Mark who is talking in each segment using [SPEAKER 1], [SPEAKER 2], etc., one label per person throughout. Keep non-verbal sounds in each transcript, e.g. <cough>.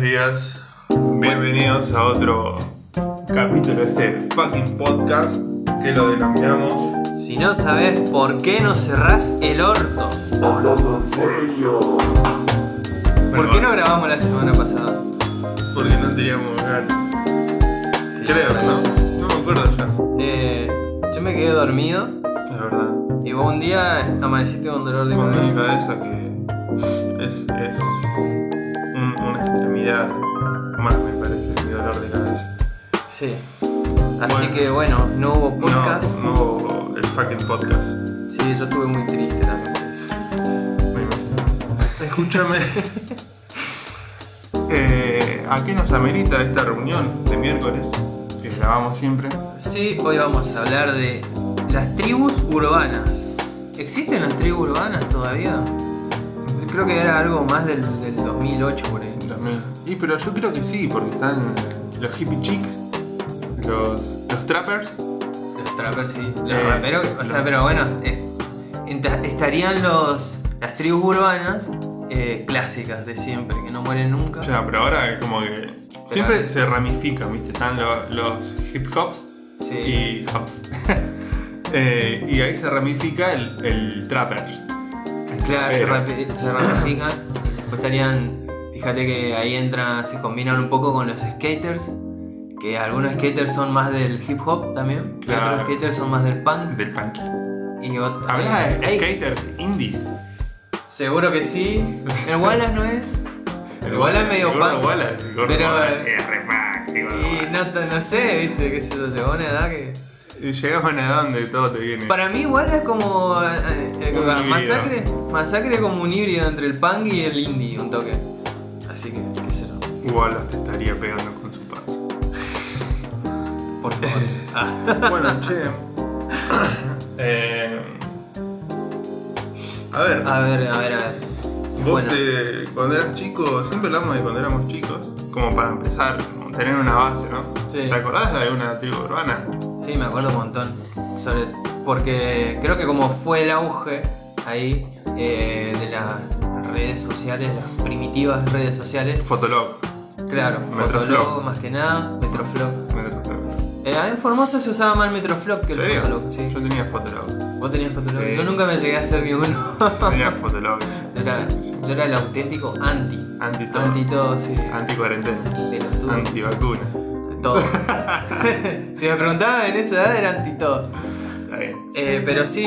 [SPEAKER 1] días, bienvenidos a otro capítulo de este fucking podcast que lo denominamos
[SPEAKER 2] Si no sabes por qué no cerrás el orto,
[SPEAKER 3] Hablando en serio.
[SPEAKER 2] ¿por qué no grabamos la semana pasada?
[SPEAKER 1] Porque no teníamos ganas.
[SPEAKER 2] Sí,
[SPEAKER 1] Creo,
[SPEAKER 2] la verdad.
[SPEAKER 1] ¿no? No me acuerdo ya.
[SPEAKER 2] Eh, yo me quedé dormido
[SPEAKER 1] La verdad.
[SPEAKER 2] y vos un día amaneciste con dolor de
[SPEAKER 1] Con mi
[SPEAKER 2] cabeza.
[SPEAKER 1] cabeza que es, es un- una extremidad más, me parece, mi dolor de cabeza.
[SPEAKER 2] Sí. Así
[SPEAKER 1] Bueno.
[SPEAKER 2] que bueno, no hubo podcast.
[SPEAKER 1] No, no hubo el fucking podcast.
[SPEAKER 2] Sí, yo estuve muy triste también por eso.
[SPEAKER 1] Me imagino. Escúchame. Eh, ¿A qué nos amerita esta reunión de miércoles? Que grabamos siempre.
[SPEAKER 2] <laughs> Sí, hoy vamos a hablar de las tribus urbanas. ¿Existen las tribus urbanas todavía? Creo que era algo más del, del 2008 por ahí.
[SPEAKER 1] También. Y pero yo creo que sí, porque están los hippie chicks, los, los trappers.
[SPEAKER 2] Los trappers sí. Los
[SPEAKER 1] Eh,
[SPEAKER 2] raperos, o sea, pero bueno, eh, enta- estarían los, las tribus urbanas eh, clásicas de siempre, que no mueren nunca.
[SPEAKER 1] O sea, pero ahora es como que. Siempre se ramifican, ¿viste? Están lo- los hip hops
[SPEAKER 2] Sí.
[SPEAKER 1] y hops. <laughs> Eh, y ahí se ramifica el, el trapper.
[SPEAKER 2] claro, se,
[SPEAKER 1] Pero-
[SPEAKER 2] rapi- se ramifican. Después estarían, fíjate que ahí entran, se combinan un poco con los skaters, que algunos skaters son más del hip hop también, y
[SPEAKER 1] Claro.
[SPEAKER 2] otros skaters son más del punk.
[SPEAKER 1] Del punk.
[SPEAKER 2] y ot- eh,
[SPEAKER 1] Hablas de
[SPEAKER 2] Ey,
[SPEAKER 1] skaters indies.
[SPEAKER 2] Seguro que sí. El Wallace no es. El Wallace es medio
[SPEAKER 1] <laughs> El gordo
[SPEAKER 2] punk.
[SPEAKER 1] Wallace, el gordo
[SPEAKER 2] Pero,
[SPEAKER 1] Wallace
[SPEAKER 2] eh,
[SPEAKER 1] es re punk, el gordo
[SPEAKER 2] Y no, no sé, viste, qué sé yo, llegó una edad que.
[SPEAKER 1] Wallace. Llegás a una edad donde todo te viene.
[SPEAKER 2] Para mí igual es como eh, eh,
[SPEAKER 1] Un híbrido.
[SPEAKER 2] masacre, masacre es como un híbrido entre el punk y el indie, un toque. Así que, qué sé yo.
[SPEAKER 1] Wallace te estaría pegando con su
[SPEAKER 2] <laughs>
[SPEAKER 1] panza.
[SPEAKER 2] Por
[SPEAKER 1] <laughs>
[SPEAKER 2] favor. Ah.
[SPEAKER 1] bueno, che. <coughs> Eh, a ver,
[SPEAKER 2] A ver, a ver, a ver.
[SPEAKER 1] vos
[SPEAKER 2] Bueno,
[SPEAKER 1] te- cuando eras chico, siempre hablamos de cuando éramos chicos, como para empezar, como tener una base, ¿no?
[SPEAKER 2] Sí.
[SPEAKER 1] ¿Te acordás de alguna tribu urbana?
[SPEAKER 2] sí, me acuerdo un montón. Sobre, porque creo que como fue el auge ahí eh, de las redes sociales, las primitivas redes sociales,
[SPEAKER 1] Fotolog.
[SPEAKER 2] claro,
[SPEAKER 1] Metroflog.
[SPEAKER 2] Fotolog más que nada, Metroflog.
[SPEAKER 1] Metroflog.
[SPEAKER 2] Eh, en Formosa se usaba más el Metroflog que
[SPEAKER 1] ¿En
[SPEAKER 2] el
[SPEAKER 1] serio?
[SPEAKER 2] Fotolog, sí.
[SPEAKER 1] Yo tenía Fotolog.
[SPEAKER 2] Vos tenías Fotolog,
[SPEAKER 1] Sí.
[SPEAKER 2] yo nunca me llegué a hacer ni uno. <laughs>
[SPEAKER 1] Tenía Fotolog.
[SPEAKER 2] Yo era, yo era el auténtico anti.
[SPEAKER 1] Anti todo.
[SPEAKER 2] Anti todo, sí.
[SPEAKER 1] Anti cuarentena.
[SPEAKER 2] Pelotudo.
[SPEAKER 1] Antivacuna. <laughs>
[SPEAKER 2] Todo. <laughs> si me preguntaban en esa edad era anti todo.
[SPEAKER 1] Está bien.
[SPEAKER 2] Eh, pero sí,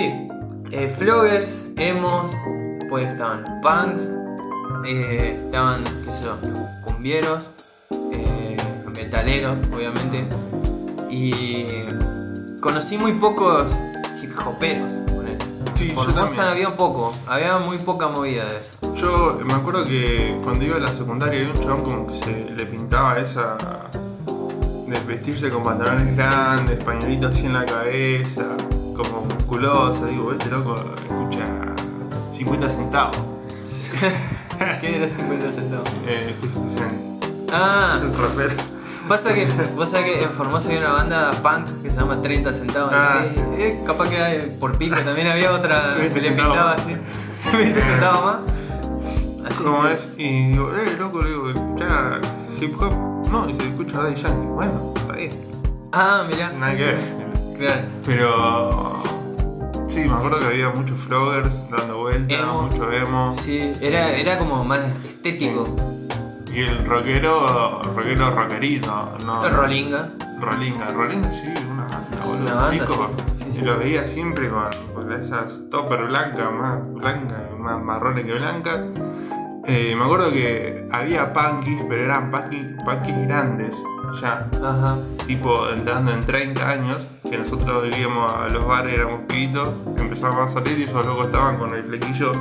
[SPEAKER 2] eh, floggers, emos, pues estaban punks, eh, estaban, qué sé yo, cumbieros, eh, metaleros, obviamente. Y conocí muy pocos hip hoperos. ponele.
[SPEAKER 1] Sí, yo también.
[SPEAKER 2] Formosa había poco, había muy poca movida de eso.
[SPEAKER 1] Yo me acuerdo que cuando iba a la secundaria había un chabón como que se le pintaba esa de vestirse con pantalones grandes, pañuelitos así en la cabeza, como musculoso, digo, este loco escucha 50 centavos.
[SPEAKER 2] ¿Qué era 50 centavos?
[SPEAKER 1] Eh, 50 cent.
[SPEAKER 2] Ah,
[SPEAKER 1] El rapero.
[SPEAKER 2] pasa que, vos sabés que en Formosa había una banda punk que se llama 30 centavos.
[SPEAKER 1] Ah,
[SPEAKER 2] Eh,
[SPEAKER 1] sí.
[SPEAKER 2] eh, capaz que hay- por pico también
[SPEAKER 1] <laughs>
[SPEAKER 2] había otra que
[SPEAKER 1] 20
[SPEAKER 2] le
[SPEAKER 1] centavos.
[SPEAKER 2] pintaba así. <laughs> Sí, 20 centavos más. Así
[SPEAKER 1] ¿Cómo
[SPEAKER 2] que-
[SPEAKER 1] es? Y digo, eh, loco, le digo, escucha hip hop. No, y se escucha Daddy Yankee. Bueno, está bien.
[SPEAKER 2] Ah, mirá,
[SPEAKER 1] Nada que ver.
[SPEAKER 2] claro.
[SPEAKER 1] Pero. Sí, me acuerdo que había muchos floggers dando vueltas,
[SPEAKER 2] Emo.
[SPEAKER 1] mucho emo.
[SPEAKER 2] Sí, era, era como más estético.
[SPEAKER 1] Y el rockero, rockero rockerito, no.
[SPEAKER 2] Rolinga.
[SPEAKER 1] Rolinga. Rolinga, sí, una banda, boludo.
[SPEAKER 2] Una banda,
[SPEAKER 1] Pico.
[SPEAKER 2] sí. Sí, sí.
[SPEAKER 1] Y lo veía siempre con, con esas topper blancas, más blancas, más marrones que blancas. Eh, me acuerdo que había punkies, pero eran punkies, punkies grandes, ya.
[SPEAKER 2] Ajá.
[SPEAKER 1] tipo entrando en 30 años, que nosotros vivíamos a los bares, éramos pibitos, empezaban a salir y esos locos estaban con el flequillo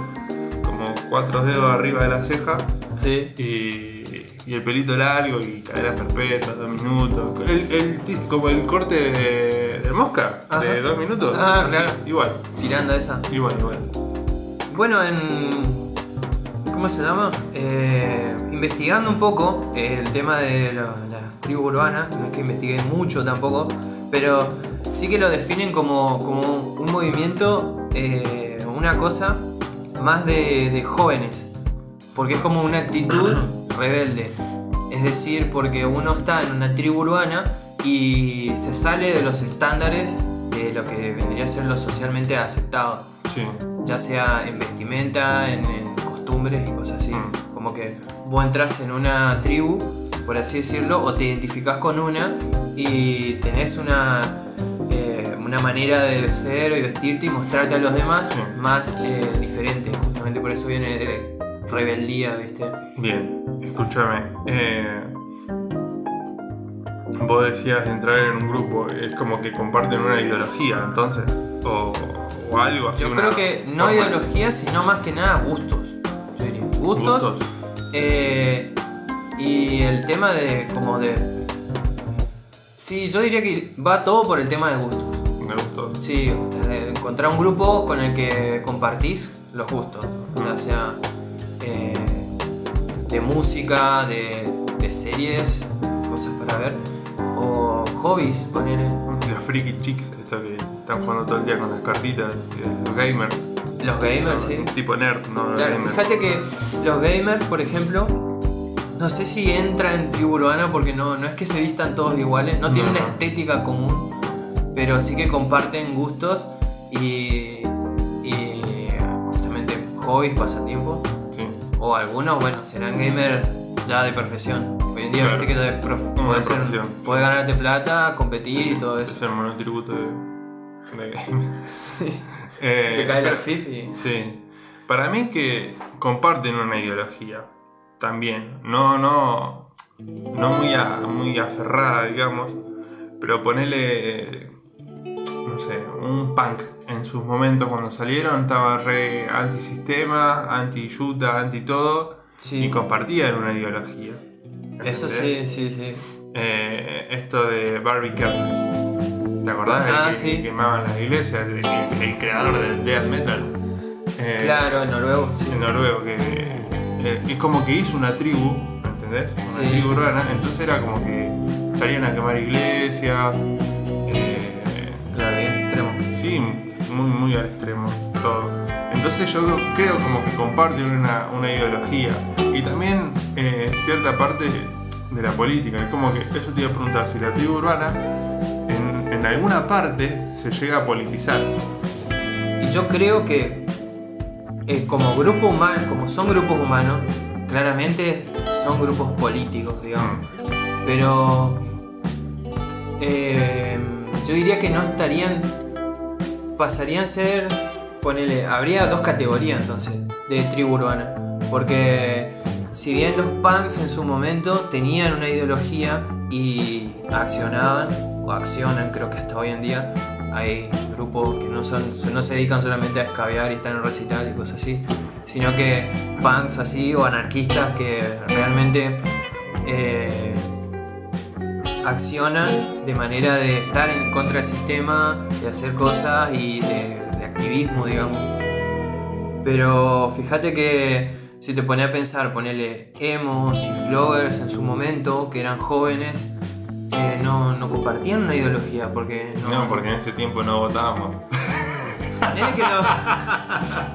[SPEAKER 1] como cuatro dedos arriba de la ceja
[SPEAKER 2] Sí.
[SPEAKER 1] y, y el pelito largo y cadera perpetua, dos minutos. El, el ti- como el corte de, de mosca,
[SPEAKER 2] Ajá.
[SPEAKER 1] de dos minutos.
[SPEAKER 2] Ah, claro.
[SPEAKER 1] Igual,
[SPEAKER 2] Tirando esa.
[SPEAKER 1] igual, igual.
[SPEAKER 2] Bueno, en. ¿Cómo se llama? Eh, investigando un poco eh, el tema de la, la tribu urbana, no es que investigué mucho tampoco, pero sí que lo definen como, como un movimiento, eh, una cosa más de, de jóvenes, porque es como una actitud rebelde. Es decir, porque uno está en una tribu urbana y se sale de los estándares de lo que vendría a ser lo socialmente aceptado,
[SPEAKER 1] Sí.
[SPEAKER 2] ya sea en vestimenta, en, en costumbres y cosas así.
[SPEAKER 1] Mm.
[SPEAKER 2] Como que vos entras en una tribu, por así decirlo, o te identificás con una y tenés una, eh, una manera de ser y vestirte y mostrarte a los demás
[SPEAKER 1] Sí.
[SPEAKER 2] más eh, diferente. Justamente por eso viene de rebeldía, ¿viste?
[SPEAKER 1] Bien, escúchame. eh, vos decías de entrar en un grupo, es como que comparten una ideología, entonces, o, o algo así.
[SPEAKER 2] Yo
[SPEAKER 1] una
[SPEAKER 2] creo que no
[SPEAKER 1] forma-
[SPEAKER 2] ideología, sino más que nada gustos. Yo diría, Gustos.
[SPEAKER 1] Gustos.
[SPEAKER 2] eh, y el tema de como de... Sí, yo diría que va todo por el tema de gustos.
[SPEAKER 1] Me gustó.
[SPEAKER 2] Sí, eh, encontrar un grupo con el que compartís los gustos,
[SPEAKER 1] Mm.
[SPEAKER 2] ya sea eh, de música, de, de series, cosas para ver, o hobbies, poner
[SPEAKER 1] Los freaky chicks, esto que están jugando todo el día con las cartitas, eh, los gamers.
[SPEAKER 2] los gamers, sí.
[SPEAKER 1] Un Tipo nerd, no
[SPEAKER 2] Claro,
[SPEAKER 1] gamer.
[SPEAKER 2] fíjate que los gamers, por ejemplo, no sé si entran en tribu urbana porque no, no es que se vistan todos iguales, no tienen
[SPEAKER 1] No.
[SPEAKER 2] una estética común, pero sí que comparten gustos y, y justamente hobbies, pasatiempos.
[SPEAKER 1] Sí.
[SPEAKER 2] O algunos, bueno, serán gamers ya de profesión. Hoy en día
[SPEAKER 1] Claro.
[SPEAKER 2] viste que ya de prof-
[SPEAKER 1] Como de
[SPEAKER 2] podés ser-
[SPEAKER 1] profesión.
[SPEAKER 2] podés ganarte plata, competir y todo eso.
[SPEAKER 1] Es el monotributo de, de gamers.
[SPEAKER 2] Se
[SPEAKER 1] <laughs> Eh,
[SPEAKER 2] te cae la
[SPEAKER 1] pero-
[SPEAKER 2] FIP y...
[SPEAKER 1] Sí. Para mí es que comparten una ideología. También. No, no. No muy, a- muy aferrada, digamos. Pero ponele. eh, No sé, un punk. En sus momentos cuando salieron estaba re antisistema, anti-yuta, anti todo.
[SPEAKER 2] Sí.
[SPEAKER 1] Y compartían una ideología.
[SPEAKER 2] Eso
[SPEAKER 1] ¿Entendés?
[SPEAKER 2] sí, sí, sí.
[SPEAKER 1] Eh, esto de Barbie Kernes. ¿Te acordás?
[SPEAKER 2] Ah,
[SPEAKER 1] El que
[SPEAKER 2] sí.
[SPEAKER 1] quemaban las iglesias, el, el- el creador del death metal. Eh,
[SPEAKER 2] Claro, el noruego. sí.
[SPEAKER 1] El noruego, que eh, es como que hizo una tribu, ¿entendés? Una
[SPEAKER 2] Sí.
[SPEAKER 1] tribu urbana, entonces era como que salían a quemar iglesias. eh,
[SPEAKER 2] Claro, bien extremo.
[SPEAKER 1] sí, muy, muy al extremo todo. Entonces yo creo como que comparten una, una ideología y también eh, cierta parte de la política. Es como que eso te iba a preguntar, si la tribu urbana en, en alguna parte se llega a politizar.
[SPEAKER 2] Y yo creo que eh, como grupo humano, como son grupos humanos, claramente son grupos políticos, digamos. Pero eh, yo diría que no estarían, pasarían a ser, ponele, habría dos categorías entonces de tribu urbana. Porque si bien los punks en su momento tenían una ideología y accionaban, o accionan creo que hasta hoy en día, hay grupos que no, son, no se dedican solamente a escabear y están en recital y cosas así, sino que punks así o anarquistas que realmente eh, accionan de manera de estar en contra del sistema, de hacer cosas y de, de activismo, digamos. Pero fíjate que si te pones a pensar, ponele emos y flowers en su momento, que eran jóvenes, eh, no, no compartían una ideología porque
[SPEAKER 1] No, porque en ese tiempo no votábamos.
[SPEAKER 2] Ponele que no.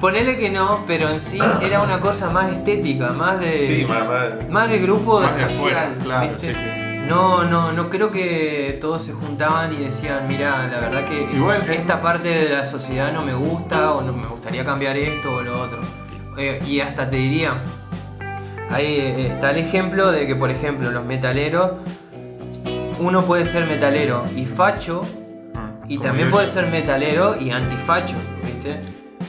[SPEAKER 1] <laughs>
[SPEAKER 2] Ponele que no, pero en sí era una cosa más estética, más de.
[SPEAKER 1] más, más-
[SPEAKER 2] más de grupo
[SPEAKER 1] Más de
[SPEAKER 2] social,
[SPEAKER 1] afuera, claro,
[SPEAKER 2] ¿viste?
[SPEAKER 1] sí, sí.
[SPEAKER 2] No, no, no creo que todos se juntaban y decían, mira, la verdad que
[SPEAKER 1] Igual, eh.
[SPEAKER 2] esta parte de la sociedad no me gusta o no me gustaría cambiar esto o lo otro. Eh, y hasta te diría, ahí eh, está el ejemplo de que, por ejemplo, los metaleros, uno puede ser metalero y facho,
[SPEAKER 1] Mm,
[SPEAKER 2] y
[SPEAKER 1] como
[SPEAKER 2] también
[SPEAKER 1] yo
[SPEAKER 2] puede
[SPEAKER 1] digo.
[SPEAKER 2] ser metalero y antifacho, ¿viste?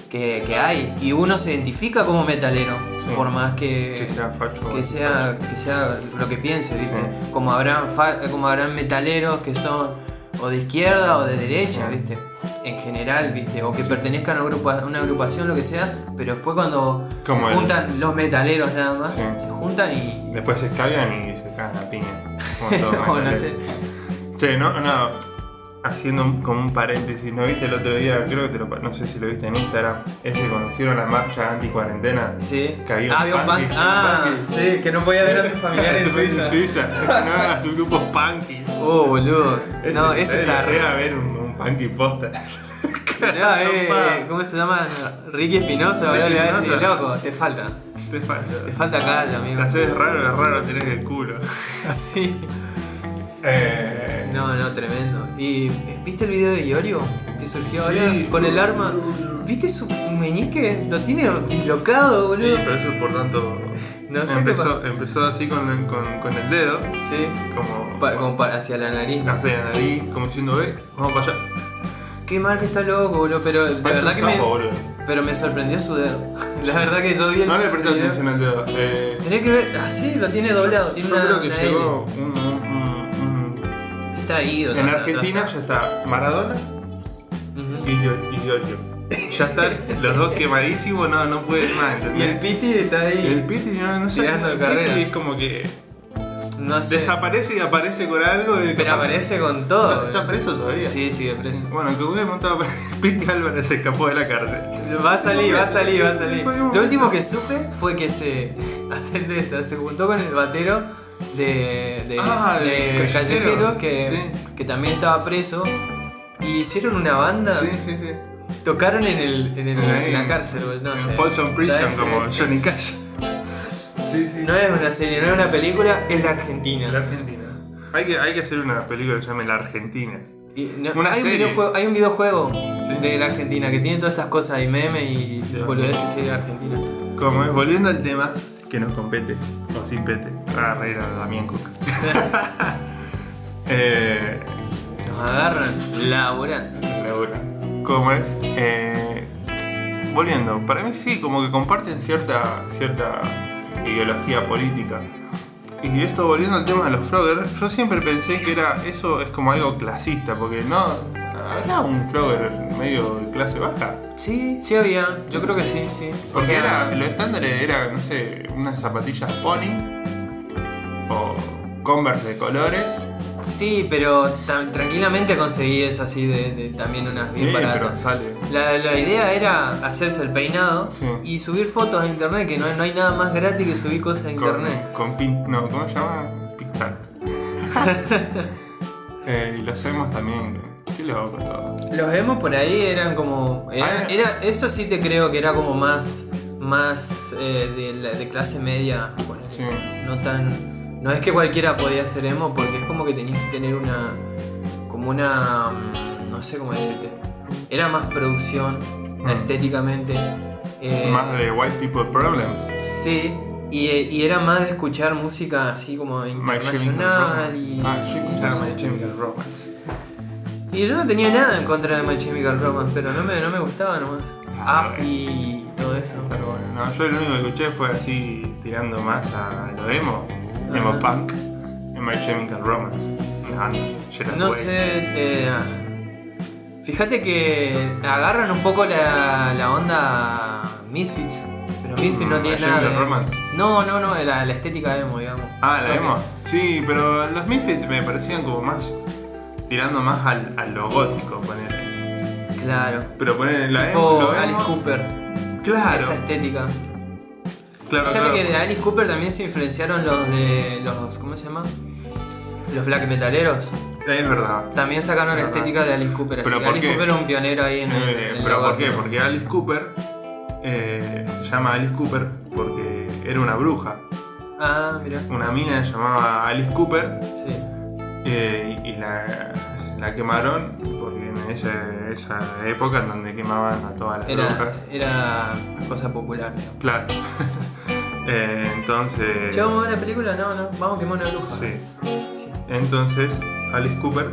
[SPEAKER 2] Que, que hay. Y uno se identifica como metalero,
[SPEAKER 1] Sí.
[SPEAKER 2] por más que,
[SPEAKER 1] Que sea facho.
[SPEAKER 2] que sea, que sea lo que piense, ¿viste?
[SPEAKER 1] Sí.
[SPEAKER 2] Como, habrán fa- como habrán metaleros que son o de izquierda o de derecha,
[SPEAKER 1] Sí.
[SPEAKER 2] ¿viste? En general, ¿viste? O que pertenezcan a una, agrupa- una agrupación, lo que sea, pero después cuando
[SPEAKER 1] Como
[SPEAKER 2] se
[SPEAKER 1] el-
[SPEAKER 2] juntan los metaleros nada más,
[SPEAKER 1] Sí.
[SPEAKER 2] se juntan y... <laughs>
[SPEAKER 1] Después se escabian y se cagan la piña. Como todo
[SPEAKER 2] o no
[SPEAKER 1] mal.
[SPEAKER 2] sé.
[SPEAKER 1] Che, no, no. Haciendo un- como un paréntesis, ¿no viste el otro día? Creo que te lo. pa- No sé si lo viste en Instagram. Es que conocieron la marcha anti-cuarentena.
[SPEAKER 2] Sí.
[SPEAKER 1] Que había un
[SPEAKER 2] Ah, había un
[SPEAKER 1] punk-
[SPEAKER 2] punk.
[SPEAKER 1] un
[SPEAKER 2] Ah,
[SPEAKER 1] punk.
[SPEAKER 2] sí, que no podía ver a sus
[SPEAKER 1] <laughs>
[SPEAKER 2] familiares en
[SPEAKER 1] Eso fue
[SPEAKER 2] Suiza.
[SPEAKER 1] Suiza. No a sus grupos punky.
[SPEAKER 2] Oh, boludo. no, ese está
[SPEAKER 1] Llega
[SPEAKER 2] re.
[SPEAKER 1] a ver un, un punky posta.
[SPEAKER 2] <laughs>
[SPEAKER 1] <laughs>
[SPEAKER 2] Ya, eh,
[SPEAKER 1] Opa. <laughs>
[SPEAKER 2] ¿Cómo se llama? Ricky Espinosa, boludo.
[SPEAKER 1] Ricky
[SPEAKER 2] Le va a decir,
[SPEAKER 1] Espinosa.
[SPEAKER 2] loco, te falta.
[SPEAKER 1] Te falta.
[SPEAKER 2] Te falta callo,
[SPEAKER 1] Te
[SPEAKER 2] amigo.
[SPEAKER 1] haces raro, es raro tenés el culo.
[SPEAKER 2] <laughs> Sí.
[SPEAKER 1] Eh,
[SPEAKER 2] No, no, tremendo. ¿Y eh, viste el video de Iorio? Que surgió
[SPEAKER 1] Sí,
[SPEAKER 2] ahora con el
[SPEAKER 1] boludo.
[SPEAKER 2] arma. ¿Viste su meñique? Lo tiene dislocado,
[SPEAKER 1] sí,
[SPEAKER 2] boludo.
[SPEAKER 1] pero eso por tanto.
[SPEAKER 2] No sé qué
[SPEAKER 1] empezó, empezó así con, con- con el dedo,
[SPEAKER 2] Sí.
[SPEAKER 1] como.
[SPEAKER 2] Pa- como pa- hacia la nariz.
[SPEAKER 1] hacia la nariz, como diciendo, ve, vamos para allá.
[SPEAKER 2] Qué mal que está loco, boludo. Pero la
[SPEAKER 1] Parece
[SPEAKER 2] verdad
[SPEAKER 1] un
[SPEAKER 2] que me,
[SPEAKER 1] sapo, boludo.
[SPEAKER 2] pero me sorprendió su dedo. <laughs> La verdad que yo vi el
[SPEAKER 1] No le presté
[SPEAKER 2] video.
[SPEAKER 1] atención al dedo. Eh,
[SPEAKER 2] Tenés que ver. Ah, sí, lo tiene doblado. Tiene
[SPEAKER 1] yo
[SPEAKER 2] una,
[SPEAKER 1] creo que
[SPEAKER 2] una
[SPEAKER 1] llegó un- un- un- un-
[SPEAKER 2] L. Está ido.
[SPEAKER 1] En Argentina ya está Maradona y Yo- y Yoyo. Ya están los dos quemadísimos, no, no puede más,
[SPEAKER 2] Y el
[SPEAKER 1] ¿entendés?
[SPEAKER 2] Piti está ahí.
[SPEAKER 1] El Piti, no, no sé.
[SPEAKER 2] Tirando
[SPEAKER 1] el
[SPEAKER 2] de carrera.
[SPEAKER 1] Piti es como que
[SPEAKER 2] No sé.
[SPEAKER 1] desaparece y aparece con algo. y
[SPEAKER 2] Pero
[SPEAKER 1] capaz-
[SPEAKER 2] aparece con todo.
[SPEAKER 1] ¿Está
[SPEAKER 2] boludo.
[SPEAKER 1] preso todavía?
[SPEAKER 2] Sí, sigue preso.
[SPEAKER 1] Bueno, que hubiera montado <laughs> Piti Álvarez se escapó de la cárcel.
[SPEAKER 2] Va a salir, va a salir, va a salir.
[SPEAKER 1] Podemos-
[SPEAKER 2] Lo último que supe fue que se. <laughs> atende esta, se juntó con el batero de. de,
[SPEAKER 1] Ah,
[SPEAKER 2] de
[SPEAKER 1] el
[SPEAKER 2] Callejero,
[SPEAKER 1] Callejero,
[SPEAKER 2] que, que también estaba preso. Y hicieron una banda.
[SPEAKER 1] Sí, sí, sí.
[SPEAKER 2] Tocaron en, el, en, el-
[SPEAKER 1] Ahí,
[SPEAKER 2] en la cárcel, boludo, no
[SPEAKER 1] en
[SPEAKER 2] sé.
[SPEAKER 1] Folsom
[SPEAKER 2] Ya
[SPEAKER 1] Prison,
[SPEAKER 2] es- eh,
[SPEAKER 1] como
[SPEAKER 2] es-
[SPEAKER 1] Johnny Cash. Sí, sí.
[SPEAKER 2] No es una serie, no es una película, es la Argentina.
[SPEAKER 1] La Argentina. Hay que, hay que hacer una película que se llame La Argentina.
[SPEAKER 2] Y no-
[SPEAKER 1] Una
[SPEAKER 2] hay, un
[SPEAKER 1] serie.
[SPEAKER 2] videojuego, hay un videojuego
[SPEAKER 1] Sí.
[SPEAKER 2] de la Argentina que tiene todas estas cosas y meme y
[SPEAKER 1] Sí.
[SPEAKER 2] boludeces de la Argentina.
[SPEAKER 1] Como es, volviendo al tema que nos compete, o sin pete, a reír a Damián Cook. <laughs> eh,
[SPEAKER 2] Nos agarran laborando.
[SPEAKER 1] Laura, ¿cómo es? Eh, volviendo, para mí sí, como que comparten cierta, cierta ideología política. Y esto volviendo al tema de los Frogger, yo siempre pensé que era eso es como algo clasista, porque no habrá un Frogger medio de clase baja.
[SPEAKER 2] Sí, sí había. Yo creo que sí, sí. O
[SPEAKER 1] Porque
[SPEAKER 2] sea,
[SPEAKER 1] era, los estándares eran, no sé, unas zapatillas pony o Converse de colores.
[SPEAKER 2] sí, pero tan- tranquilamente conseguí eso así de, de también unas bien
[SPEAKER 1] Sí, pero
[SPEAKER 2] baratas.
[SPEAKER 1] sale.
[SPEAKER 2] La, la idea era hacerse el peinado
[SPEAKER 1] Sí.
[SPEAKER 2] y subir fotos a internet, que no, no hay nada más gratis que subir cosas a internet.
[SPEAKER 1] Con, con pin- no, ¿cómo se llama?
[SPEAKER 2] <laughs>
[SPEAKER 1] Pixar. Eh, y los hacemos también. Qué loco todo.
[SPEAKER 2] Los emos por ahí eran como. Era,
[SPEAKER 1] Ah,
[SPEAKER 2] era- eso sí te creo que era como más. Más eh, de, la- de clase media. ponele.
[SPEAKER 1] Sí.
[SPEAKER 2] No tan. No es que cualquiera podía ser emo, porque es como que tenías que tener una. Como una. mm, No sé cómo decirte. Era más producción,
[SPEAKER 1] Mm.
[SPEAKER 2] estéticamente. eh,
[SPEAKER 1] Más de White People Problems.
[SPEAKER 2] Sí. Y, y era más de escuchar música así como
[SPEAKER 1] My Chemical
[SPEAKER 2] internacional.
[SPEAKER 1] Romance.
[SPEAKER 2] Y,
[SPEAKER 1] Ah, yo
[SPEAKER 2] y no
[SPEAKER 1] escuchaba
[SPEAKER 2] sé.
[SPEAKER 1] My Chemical Romance.
[SPEAKER 2] Y yo no tenía nada en contra de My Chemical Romance, pero no me, no me gustaba nomás.
[SPEAKER 1] Ah,
[SPEAKER 2] Afi y todo eso.
[SPEAKER 1] Pero bueno, no, yo lo único que escuché fue así tirando más a lo emo. Emo
[SPEAKER 2] Ajá.
[SPEAKER 1] punk. En My Chemical Romance. No, no, yo
[SPEAKER 2] No sé. eh, fíjate que agarran un poco la, la onda Misfits. Pero Misfits no
[SPEAKER 1] Mm,
[SPEAKER 2] tiene
[SPEAKER 1] My
[SPEAKER 2] nada.
[SPEAKER 1] Chemical
[SPEAKER 2] de-
[SPEAKER 1] Romance.
[SPEAKER 2] No, no, no, la, la estética emo, digamos.
[SPEAKER 1] Ah, la
[SPEAKER 2] Ok.
[SPEAKER 1] emo. Sí, pero los Misfits me parecían como más. tirando más al, a lo gótico, poner.
[SPEAKER 2] Claro.
[SPEAKER 1] Pero poner la emo.
[SPEAKER 2] Tipo
[SPEAKER 1] lo
[SPEAKER 2] Alice
[SPEAKER 1] emo-
[SPEAKER 2] Cooper.
[SPEAKER 1] Claro,
[SPEAKER 2] Esa estética.
[SPEAKER 1] claro,
[SPEAKER 2] Fíjate
[SPEAKER 1] claro.
[SPEAKER 2] que de Alice Cooper también se influenciaron los de. los. ¿cómo se llama? Los black metaleros.
[SPEAKER 1] Es verdad.
[SPEAKER 2] También sacaron la
[SPEAKER 1] Ajá.
[SPEAKER 2] estética de Alice Cooper. Así
[SPEAKER 1] Pero
[SPEAKER 2] que
[SPEAKER 1] ¿por
[SPEAKER 2] Alice
[SPEAKER 1] qué?
[SPEAKER 2] Cooper es un pionero ahí en el.
[SPEAKER 1] Eh,
[SPEAKER 2] en
[SPEAKER 1] ¿Pero
[SPEAKER 2] el
[SPEAKER 1] por
[SPEAKER 2] lugar.
[SPEAKER 1] qué? Porque Alice Cooper eh, se llama Alice Cooper porque era una bruja.
[SPEAKER 2] Ah, mira.
[SPEAKER 1] Una mina llamaba Alice Cooper
[SPEAKER 2] Sí.
[SPEAKER 1] eh, y y la, la quemaron porque en esa, esa época en donde quemaban a todas las
[SPEAKER 2] Era,
[SPEAKER 1] brujas.
[SPEAKER 2] era cosa popular, digamos.
[SPEAKER 1] Claro. <laughs> Eh, entonces.
[SPEAKER 2] Che, vamos a ver la película, no, no, vamos a quemar una bruja.
[SPEAKER 1] Sí.
[SPEAKER 2] Sí.
[SPEAKER 1] Entonces, Alice Cooper.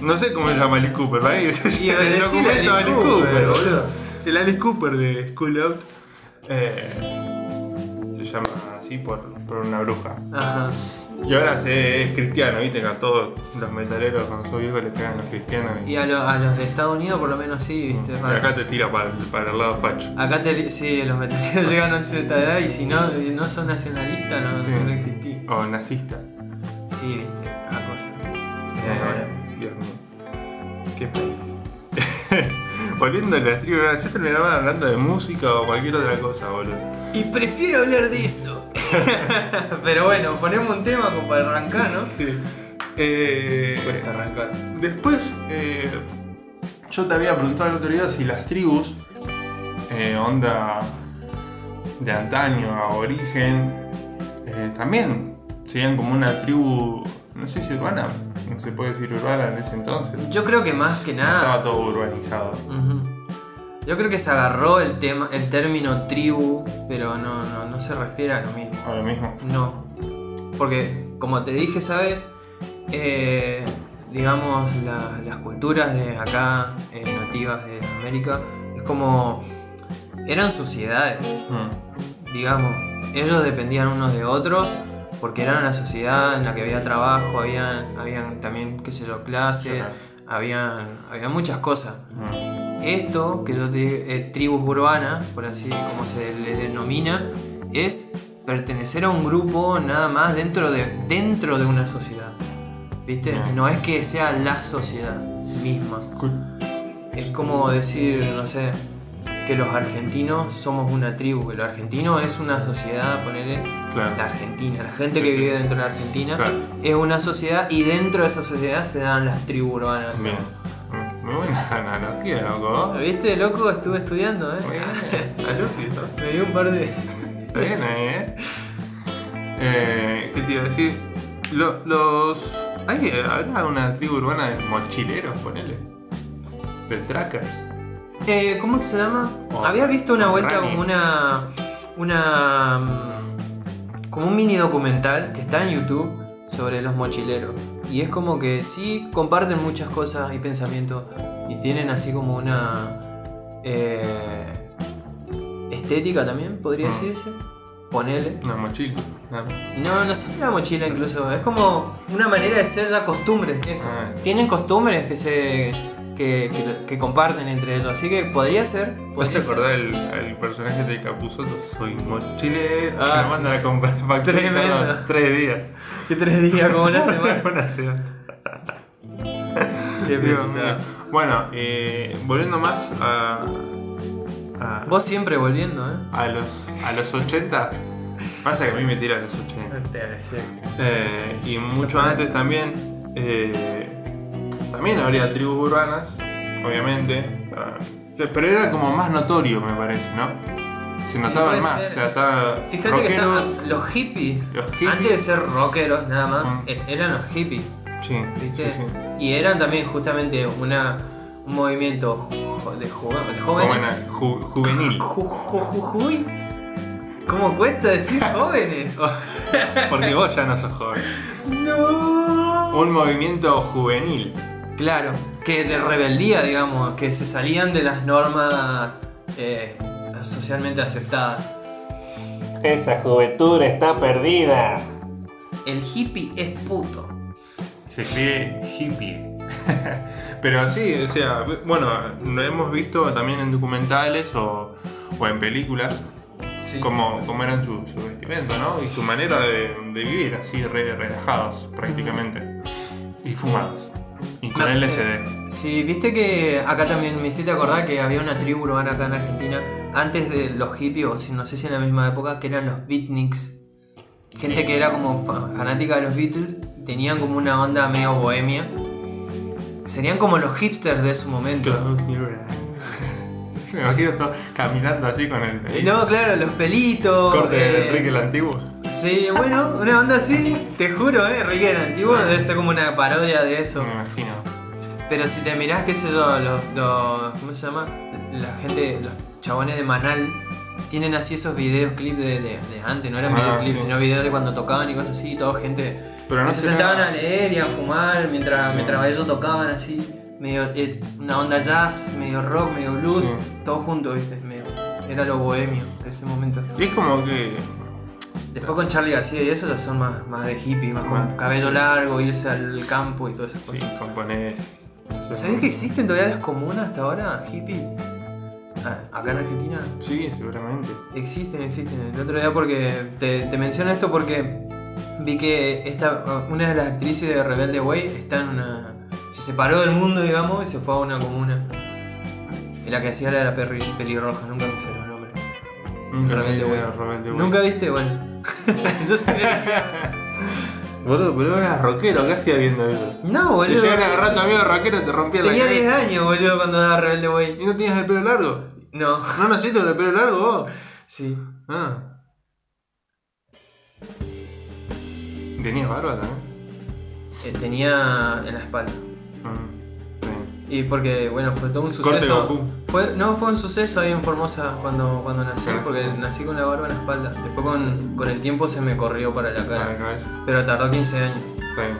[SPEAKER 1] No sé cómo se llama Alice Cooper, ¿vale? <laughs>
[SPEAKER 2] Y <laughs> decile
[SPEAKER 1] documento
[SPEAKER 2] Alice Cooper, boludo.
[SPEAKER 1] El Alice Cooper de School Out eh, se llama así por, por una bruja.
[SPEAKER 2] Ajá.
[SPEAKER 1] Y ahora se, es cristiano, ¿viste? Que a todos los metaleros con su hijo le pegan a los cristianos. Y,
[SPEAKER 2] Y a, lo- a los de Estados Unidos por lo menos sí, viste.
[SPEAKER 1] Mm, y
[SPEAKER 2] raro.
[SPEAKER 1] acá te tira para, para el lado facho.
[SPEAKER 2] Acá te, sí, los metaleros <laughs> llegan a cierta edad y si no, no son nacionalistas no,
[SPEAKER 1] Sí.
[SPEAKER 2] no existís.
[SPEAKER 1] O nazista.
[SPEAKER 2] Sí, viste, cada cosa.
[SPEAKER 1] Eh,
[SPEAKER 2] Ahora.
[SPEAKER 1] Dios mío. Qué país. <laughs> Volviendo a la tribu, yo terminaba hablando de música o cualquier otra cosa, boludo.
[SPEAKER 2] Y prefiero hablar de eso. <laughs> Pero bueno, ponemos un tema como para arrancar, ¿no?
[SPEAKER 1] Sí. Eh,
[SPEAKER 2] arrancar.
[SPEAKER 1] después, eh, yo te había preguntado el otro día si las tribus, eh, onda, de antaño, aborigen, eh, también serían como una tribu, no sé si urbana, no se puede decir urbana en ese entonces.
[SPEAKER 2] Yo creo que más que nada.
[SPEAKER 1] Estaba todo urbanizado.
[SPEAKER 2] Ujú. Yo creo que se agarró el tema, el término tribu, pero no, no, no se refiere a lo mismo.
[SPEAKER 1] Ahora mismo.
[SPEAKER 2] No. Porque, como te dije, ¿sabes? Eh, digamos, la- las culturas de acá, eh, nativas de América, es como. eran sociedades,
[SPEAKER 1] Mm,
[SPEAKER 2] digamos. Ellos dependían unos de otros porque era una sociedad en la que había trabajo, habían, habían también, qué sé yo, clases, habían, había muchas cosas.
[SPEAKER 1] mm,
[SPEAKER 2] Esto, que yo te digo, eh, tribus urbanas, por así como se les denomina, es pertenecer a un grupo nada más dentro de, dentro de una sociedad. ¿Viste?
[SPEAKER 1] Mm.
[SPEAKER 2] No es que sea la sociedad misma.
[SPEAKER 1] cool.
[SPEAKER 2] Es como decir, no sé, que los argentinos somos una tribu, que los argentinos es una sociedad, ponerle
[SPEAKER 1] Claro.
[SPEAKER 2] la Argentina, la gente
[SPEAKER 1] Sí,
[SPEAKER 2] que
[SPEAKER 1] sí.
[SPEAKER 2] vive dentro de la Argentina
[SPEAKER 1] Claro.
[SPEAKER 2] es una sociedad y dentro de esa sociedad se dan las tribus urbanas.
[SPEAKER 1] Bien. Mm, Muy buena analogía, loco.
[SPEAKER 2] ¿Viste, loco? Estuve estudiando, ¿eh?
[SPEAKER 1] Muy bien. Alucito.
[SPEAKER 2] Me dio un par de.
[SPEAKER 1] Está bien ahí, ¿eh? Eh, ¿Qué te iba a decir? Lo- los. ¿Hay, ¿Habrá una tribu urbana de mochileros, ponele? De trackers.
[SPEAKER 2] Eh, ¿Cómo que se llama?
[SPEAKER 1] O-
[SPEAKER 2] Había visto una
[SPEAKER 1] o
[SPEAKER 2] vuelta
[SPEAKER 1] Rani.
[SPEAKER 2] como una. Una. mm, Como un mini documental que está en YouTube sobre los mochileros. Y es como que sí comparten muchas cosas y pensamientos. Y tienen así como una. eh, estética también, podría
[SPEAKER 1] Mm.
[SPEAKER 2] decirse. Ponele.
[SPEAKER 1] Una mochila. Una-
[SPEAKER 2] No, no sé si la mochila incluso. Es como una manera de ser ya costumbres, eso.
[SPEAKER 1] Ah.
[SPEAKER 2] Tienen costumbres que se. Que, que- que comparten entre ellos. Así que podría ser.
[SPEAKER 1] ¿Vos te
[SPEAKER 2] podría ser.
[SPEAKER 1] acordás del el personaje de Capuzoto? Soy mochilero. que
[SPEAKER 2] Ah,
[SPEAKER 1] me
[SPEAKER 2] sí.
[SPEAKER 1] mandan a comprar factura y
[SPEAKER 2] Tremendo.
[SPEAKER 1] tardan tres días.
[SPEAKER 2] Que tres días, como una semana.
[SPEAKER 1] <laughs> Una semana.
[SPEAKER 2] Qué
[SPEAKER 1] Dios
[SPEAKER 2] pesado.
[SPEAKER 1] mío. ah, Bueno, eh, volviendo más a. a
[SPEAKER 2] Vos siempre volviendo, ¿eh?
[SPEAKER 1] A los, a los 80. Pasa que a mí me tira a los 80. Eh, y mucho
[SPEAKER 2] fue.
[SPEAKER 1] antes también. eh, también habría tribus urbanas, obviamente. ah, Pero era como más notorio, me parece, ¿no? Se notaban
[SPEAKER 2] puede
[SPEAKER 1] más.
[SPEAKER 2] ser.
[SPEAKER 1] O sea, estaba
[SPEAKER 2] Fíjate que
[SPEAKER 1] rockeros,
[SPEAKER 2] estaban los hippies.
[SPEAKER 1] Los hippies.
[SPEAKER 2] Antes de ser rockeros, nada más,
[SPEAKER 1] Mm.
[SPEAKER 2] er- eran los hippies.
[SPEAKER 1] Sí, sí,
[SPEAKER 2] ¿Viste?
[SPEAKER 1] sí.
[SPEAKER 2] Y eran también justamente una, un movimiento jo- de, jo- de jóvenes.
[SPEAKER 1] Joven- ju- juvenil.
[SPEAKER 2] Ju- ju- ju- juy. ¿Cómo cuesta decir jóvenes? <laughs>
[SPEAKER 1] Porque vos ya no sos joven.
[SPEAKER 2] no.
[SPEAKER 1] Un movimiento juvenil.
[SPEAKER 2] Claro, que de rebeldía, digamos, que se salían de las normas eh, socialmente aceptadas.
[SPEAKER 4] Esa juventud está perdida.
[SPEAKER 2] El hippie es puto.
[SPEAKER 1] Se cree hippie. <laughs> Pero sí, o sea, bueno, lo hemos visto también en documentales o, o en películas,
[SPEAKER 2] Sí.
[SPEAKER 1] cómo, cómo eran su, su vestimenta, ¿no? Y su manera de, de vivir, así, re- relajados prácticamente. Y fumados. Y con
[SPEAKER 2] Me-
[SPEAKER 1] LSD.
[SPEAKER 2] Sí, viste que acá también me hiciste acordar que había una tribu urbana acá en Argentina, antes de los hippies, o si no sé si en la misma época, que eran los beatniks. Gente que era como fa- fanática de los Beatles, tenían como una onda medio bohemia. Serían como los hipsters de su momento.
[SPEAKER 1] Close your eyes. <laughs> Me imagino todo caminando así con el
[SPEAKER 2] Eh, No, claro, los pelitos.
[SPEAKER 1] corte de
[SPEAKER 2] eh,
[SPEAKER 1] Enrique el Antiguo.
[SPEAKER 2] Sí, bueno, una onda así, te juro, eh, Enrique el Antiguo debe ser como una parodia de eso.
[SPEAKER 1] Me imagino.
[SPEAKER 2] Pero si te mirás, qué sé yo, los, los- ¿Cómo se llama? La gente, los chabones de Manal tienen así esos videos clips de, de- de antes, no eran
[SPEAKER 1] Ah,
[SPEAKER 2] videoclips,
[SPEAKER 1] sí.
[SPEAKER 2] sino videos de cuando tocaban y cosas así, toda gente
[SPEAKER 1] Pero no
[SPEAKER 2] que se
[SPEAKER 1] será-
[SPEAKER 2] sentaban a leer y a fumar mientras,
[SPEAKER 1] Sí.
[SPEAKER 2] mientras ellos tocaban así, medio eh, una onda jazz, medio rock, medio blues,
[SPEAKER 1] Sí.
[SPEAKER 2] todo junto, viste, medio- era lo bohemio de ese momento.
[SPEAKER 1] Y es como que.
[SPEAKER 2] Después con Charlie García y eso ya son más, más de hippie, más con
[SPEAKER 1] Más.
[SPEAKER 2] cabello largo, irse al campo y todas esas
[SPEAKER 1] Sí,
[SPEAKER 2] cosas.
[SPEAKER 1] componer.
[SPEAKER 2] ¿Sabés que existen todavía las comunas hasta ahora, hippie? Ah, Acá en Argentina.
[SPEAKER 1] Sí, seguramente.
[SPEAKER 2] Existen, existen. El otro día porque te, te menciono esto porque vi que esta, una de las actrices de Rebelde Way está en una... Se separó del mundo, digamos, y se fue a una comuna. En la que hacía la de la perri- pelirroja, nunca me sé los nombres.
[SPEAKER 1] Nunca
[SPEAKER 2] Rebelde
[SPEAKER 1] vi
[SPEAKER 2] Way.
[SPEAKER 1] a Rebelde Way.
[SPEAKER 2] ¿Nunca viste? Bueno. <laughs> Yo sé-
[SPEAKER 1] Boludo, pero eras rockero, ¿qué hacías viendo eso?
[SPEAKER 2] No,
[SPEAKER 1] Si
[SPEAKER 2] boludo.
[SPEAKER 1] llegan a agarrar a tu amigo rockero, te rompían la
[SPEAKER 2] Tenía 10
[SPEAKER 1] cabeza.
[SPEAKER 2] años, boludo, cuando daba Rebelde Way.
[SPEAKER 1] ¿Y no tenías el pelo largo?
[SPEAKER 2] No.
[SPEAKER 1] ¿No naciste con el pelo largo vos?
[SPEAKER 2] Sí.
[SPEAKER 1] Ah. Tenías barba también.
[SPEAKER 2] Eh, tenía en la espalda.
[SPEAKER 1] Mm, sí.
[SPEAKER 2] Y porque, bueno, fue todo un
[SPEAKER 1] Corte
[SPEAKER 2] suceso.
[SPEAKER 1] Goku.
[SPEAKER 2] Fue, no, fue un suceso ahí en Formosa cuando, cuando nací,
[SPEAKER 1] Claro.
[SPEAKER 2] porque nací con la barba en la espalda. Después con, con el tiempo se me corrió para la
[SPEAKER 1] Para la
[SPEAKER 2] cara.
[SPEAKER 1] cabeza.
[SPEAKER 2] Pero tardó 15 años.
[SPEAKER 1] Está bien.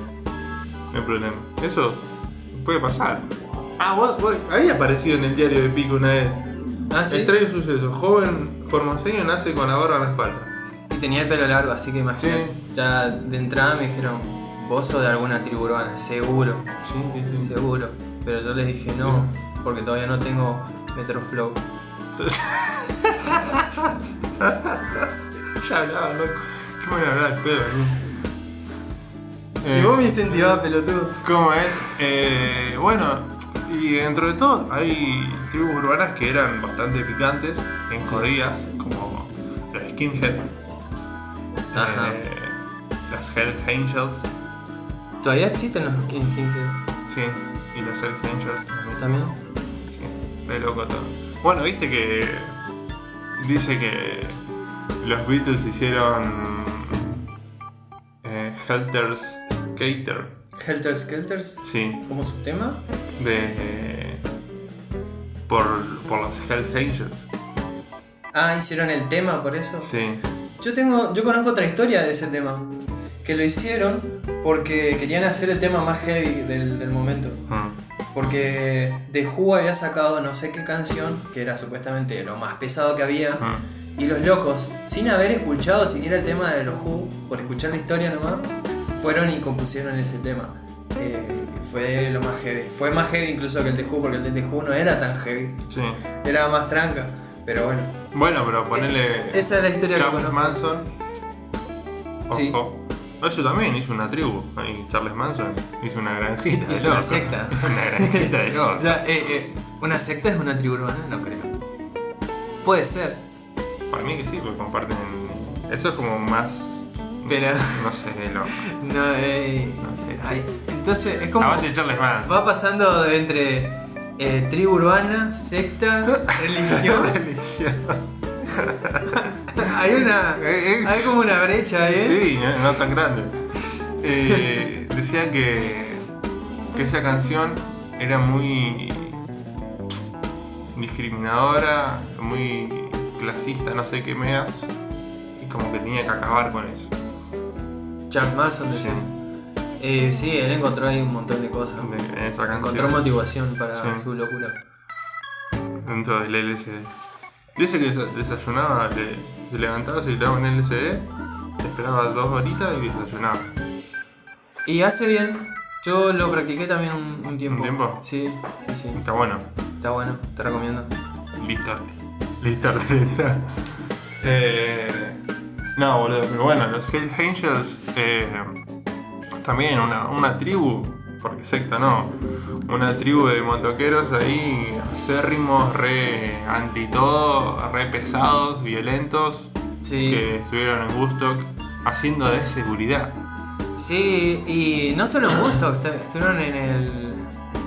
[SPEAKER 1] No hay problema. Eso puede pasar. Ah, vos, vos- había aparecido en el diario de Pico una vez.
[SPEAKER 2] Ah, sí.
[SPEAKER 1] Extraño suceso. Joven formoseño nace con la barba en la espalda.
[SPEAKER 2] Y tenía el pelo largo, así que imagínate.
[SPEAKER 1] Sí.
[SPEAKER 2] Ya de entrada me dijeron, vos sos de alguna tribu urbana, seguro,
[SPEAKER 1] Sí, sí, sí.
[SPEAKER 2] seguro. Pero yo les dije no, porque todavía no tengo Metroflow.
[SPEAKER 1] Entonces- ya hablaba, loco. ¿Qué me voy a hablar al pedo, boludo?
[SPEAKER 2] Y
[SPEAKER 1] Eh,
[SPEAKER 2] vos me incentivabas, pelotudo.
[SPEAKER 1] ¿Cómo es? Eh, bueno, y dentro de todo hay tribus urbanas que eran bastante picantes en jodidas, como los skinhead,
[SPEAKER 2] Ajá.
[SPEAKER 1] eh, las Hells Angels,
[SPEAKER 2] Todavía existen los King King
[SPEAKER 1] sí, y los Hells Angels también.
[SPEAKER 2] también.
[SPEAKER 1] Sí, re loco todo. Bueno, viste que dice que los Beatles hicieron eh, Helters Skater,
[SPEAKER 2] Helter Skelters,
[SPEAKER 1] sí,
[SPEAKER 2] como su tema.
[SPEAKER 1] de por, por los Hells Angels.
[SPEAKER 2] Ah, hicieron el tema por eso.
[SPEAKER 1] Sí.
[SPEAKER 2] Yo tengo, yo conozco otra historia de ese tema. Que lo hicieron porque querían hacer el tema más heavy del, del momento.
[SPEAKER 1] Mm.
[SPEAKER 2] Porque The Who había sacado no sé qué canción, que era supuestamente lo más pesado que había.
[SPEAKER 1] Mm.
[SPEAKER 2] Y los locos, sin haber escuchado siquiera el tema de los Who, por escuchar la historia nomás, fueron y compusieron ese tema. Eh, fue lo más heavy. Fue más heavy incluso que el de Who, porque el de The Who no era tan heavy.
[SPEAKER 1] Sí.
[SPEAKER 2] Era más tranca. Pero bueno.
[SPEAKER 1] Bueno, pero ponele
[SPEAKER 2] Esa es la historia que
[SPEAKER 1] Charles
[SPEAKER 2] conozco.
[SPEAKER 1] Manson.
[SPEAKER 2] Sí.
[SPEAKER 1] Ojo. Eso también hizo una tribu. Ahí Charles Manson hizo una granjita. de
[SPEAKER 2] Hizo una
[SPEAKER 1] locos.
[SPEAKER 2] secta.
[SPEAKER 1] <laughs> una
[SPEAKER 2] <laughs>
[SPEAKER 1] granjita de
[SPEAKER 2] O
[SPEAKER 1] locos.
[SPEAKER 2] sea, eh, eh, ¿una secta es una tribu urbana? No creo. Puede ser,
[SPEAKER 1] Para mí que sí, porque comparten. Eso es como más. no sé,
[SPEAKER 2] Pero-
[SPEAKER 1] No sé, loco.
[SPEAKER 2] No, eh,
[SPEAKER 1] No sé.
[SPEAKER 2] ay, entonces es como.
[SPEAKER 1] Aguante Charles Manson.
[SPEAKER 2] Va pasando de entre eh, tribu
[SPEAKER 1] <laughs>
[SPEAKER 2] urbana, secta, religión. <laughs> hay una.
[SPEAKER 1] Eh, eh.
[SPEAKER 2] Hay como una brecha ahí, ¿eh?
[SPEAKER 1] Sí, no, no tan grande. Eh, decía que, que esa canción era muy discriminadora, muy clasista, no sé qué meas, y como que tenía que acabar con eso.
[SPEAKER 2] Charles Manson,
[SPEAKER 1] Sí.
[SPEAKER 2] decís. Eh, sí, él encontró ahí un montón de cosas.
[SPEAKER 1] De- En esa
[SPEAKER 2] Encontró
[SPEAKER 1] canción
[SPEAKER 2] motivación para
[SPEAKER 1] Sí.
[SPEAKER 2] su locura.
[SPEAKER 1] dentro del LSD. Dice que desa- desayunaba, te, te levantabas y le dabas un LSD, te esperabas dos horitas y desayunabas.
[SPEAKER 2] Y hace bien. Yo lo practiqué también un, tiempo.
[SPEAKER 1] ¿Un tiempo?
[SPEAKER 2] Sí, sí, sí.
[SPEAKER 1] Está bueno.
[SPEAKER 2] Está bueno, te recomiendo.
[SPEAKER 1] Listarte. Listarte, <laughs> literal. Eh, no, boludo, pero bueno, los Hell Angels eh, también una, una tribu, porque secta no, una tribu de motoqueros ahí acérrimos, re anti todo, re pesados, violentos,
[SPEAKER 2] Sí.
[SPEAKER 1] que estuvieron en Woodstock haciendo de seguridad.
[SPEAKER 2] Sí, y no solo en Woodstock, est- estuvieron en el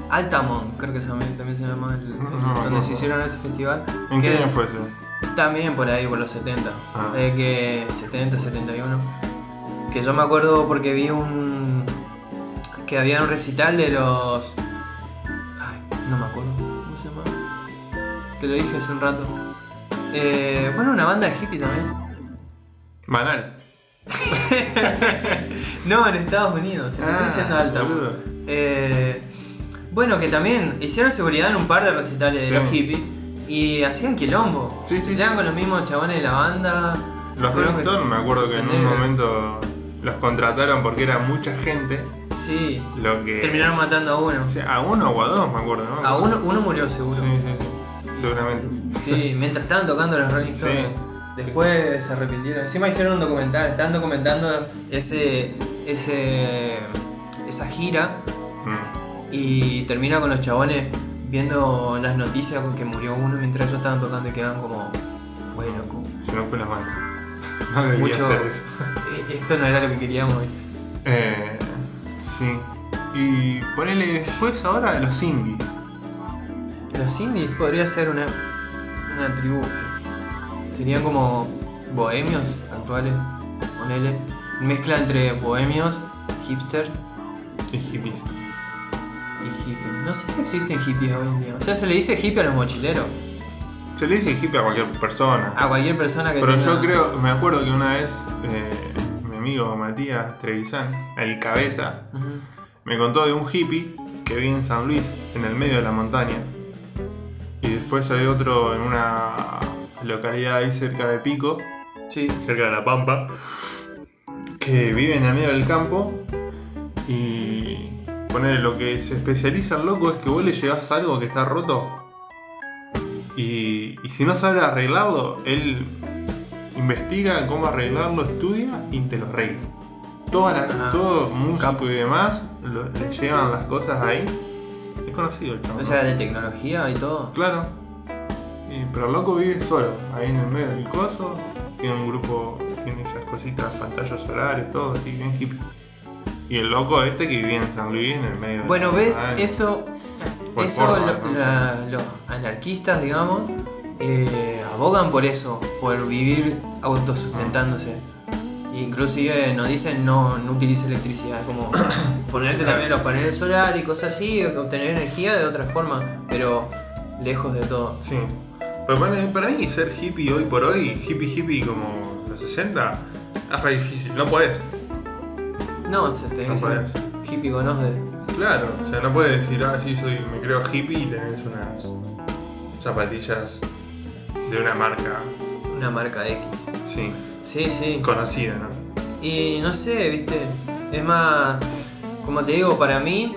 [SPEAKER 2] Altamont, creo que se llama- también se llama, el- el-
[SPEAKER 1] No, no me
[SPEAKER 2] donde
[SPEAKER 1] acuerdo.
[SPEAKER 2] se hicieron ese festival.
[SPEAKER 1] ¿En qué
[SPEAKER 2] que
[SPEAKER 1] año fue eso?
[SPEAKER 2] También por ahí, por los 70,
[SPEAKER 1] Ah.
[SPEAKER 2] eh, que 70, 71. Que yo me acuerdo porque vi un... que había un recital de los... Ay, no me acuerdo, ¿cómo se llama? Te lo dije hace un rato. Eh, bueno, una banda de hippie también.
[SPEAKER 1] Banal.
[SPEAKER 2] No, en Estados Unidos, se me está
[SPEAKER 1] Ah,
[SPEAKER 2] diciendo alta.
[SPEAKER 1] boludo.
[SPEAKER 2] Eh, bueno, que también hicieron seguridad en un par de recitales
[SPEAKER 1] Sí.
[SPEAKER 2] de los hippies y hacían quilombo.
[SPEAKER 1] Sí, sí,
[SPEAKER 2] Eran
[SPEAKER 1] sí.
[SPEAKER 2] con los mismos chabones de la banda.
[SPEAKER 1] Los
[SPEAKER 2] Creo
[SPEAKER 1] Rolling
[SPEAKER 2] que
[SPEAKER 1] Stones me acuerdo que en un
[SPEAKER 2] Negra.
[SPEAKER 1] momento los contrataron porque era mucha gente.
[SPEAKER 2] Sí,
[SPEAKER 1] Lo que.
[SPEAKER 2] terminaron matando a uno.
[SPEAKER 1] O sea, a uno o a dos, me acuerdo, ¿no?
[SPEAKER 2] A uno, uno murió
[SPEAKER 1] Sí,
[SPEAKER 2] seguro.
[SPEAKER 1] sí, sí. Seguramente.
[SPEAKER 2] Sí, mientras estaban tocando los Rolling
[SPEAKER 1] Sí.
[SPEAKER 2] Stones. Después se arrepintieron. Encima hicieron un documental, estaban documentando ese, ese, esa gira
[SPEAKER 1] Mm.
[SPEAKER 2] Y termina con los chabones viendo las noticias con que murió uno mientras ellos estaban tocando y quedan como, bueno, loco,
[SPEAKER 1] Se nos fue la mano. <laughs> No debería
[SPEAKER 2] Mucho-
[SPEAKER 1] hacer eso.
[SPEAKER 2] eh, esto no era lo que queríamos, ¿viste?
[SPEAKER 1] Eh, sí. Y ponele después ahora a los indies.
[SPEAKER 2] Los indies podría ser una, una tribu. Sí, eh. serían como bohemios actuales, ponele. Mezcla entre bohemios, hipster
[SPEAKER 1] Y hippies.
[SPEAKER 2] y hippie. No sé si existen hippies hoy en día. O sea, se le dice hippie a los mochileros.
[SPEAKER 1] Se le dice hippie a cualquier persona.
[SPEAKER 2] A cualquier persona que
[SPEAKER 1] Pero
[SPEAKER 2] tenga-
[SPEAKER 1] yo creo, me acuerdo que una vez eh, mi amigo Matías Trevisan, el cabeza,
[SPEAKER 2] Ujú.
[SPEAKER 1] me contó de un hippie que vi en San Luis, en el medio de la montaña. Y después había otro en una localidad ahí cerca de Pico,
[SPEAKER 2] Sí.
[SPEAKER 1] cerca de La Pampa, que vive en el medio del campo y poner lo que se especializa el loco es que vos le llevas algo que está roto y, y si no sabe arreglarlo, él investiga cómo arreglarlo, estudia y te lo arregla. Toda la-
[SPEAKER 2] Ah,
[SPEAKER 1] todo músico y demás lo- le llevan las cosas ahí. Es conocido el chabón.
[SPEAKER 2] O
[SPEAKER 1] ¿no?
[SPEAKER 2] sea, de tecnología y todo.
[SPEAKER 1] Claro. Y- pero el loco vive solo, ahí en el medio del coso. Tiene un grupo, tiene esas cositas, pantallas solares, todo, así, bien hippie. Y el loco este que vivía en San Luis, en el medio. de
[SPEAKER 2] Bueno,
[SPEAKER 1] la
[SPEAKER 2] ves,
[SPEAKER 1] montaña.
[SPEAKER 2] eso.
[SPEAKER 1] Ah, Por
[SPEAKER 2] eso
[SPEAKER 1] forma,
[SPEAKER 2] lo-
[SPEAKER 1] ¿no?
[SPEAKER 2] la- los anarquistas, digamos, eh, abogan por eso, por vivir autosustentándose.
[SPEAKER 1] Ah.
[SPEAKER 2] E Inclusive nos dicen no, no utilice electricidad, es
[SPEAKER 1] <coughs>
[SPEAKER 2] como ponerte también los paneles solares y cosas así, obtener energía de otra forma, pero lejos de todo.
[SPEAKER 1] Sí. Pero para, para mí, ser hippie hoy por hoy, hippie hippie como los 60, es re difícil. No podés.
[SPEAKER 2] No, se te
[SPEAKER 1] No
[SPEAKER 2] dice
[SPEAKER 1] podés.
[SPEAKER 2] hippie con os de-
[SPEAKER 1] Claro, o sea, no puedes decir, ah, sí, soy, me creo hippie y tenés unas zapatillas de una marca,
[SPEAKER 2] una marca X.
[SPEAKER 1] sí,
[SPEAKER 2] Sí, sí.
[SPEAKER 1] conocida, ¿no?
[SPEAKER 2] Y no sé, viste. Es más, como te digo, para mí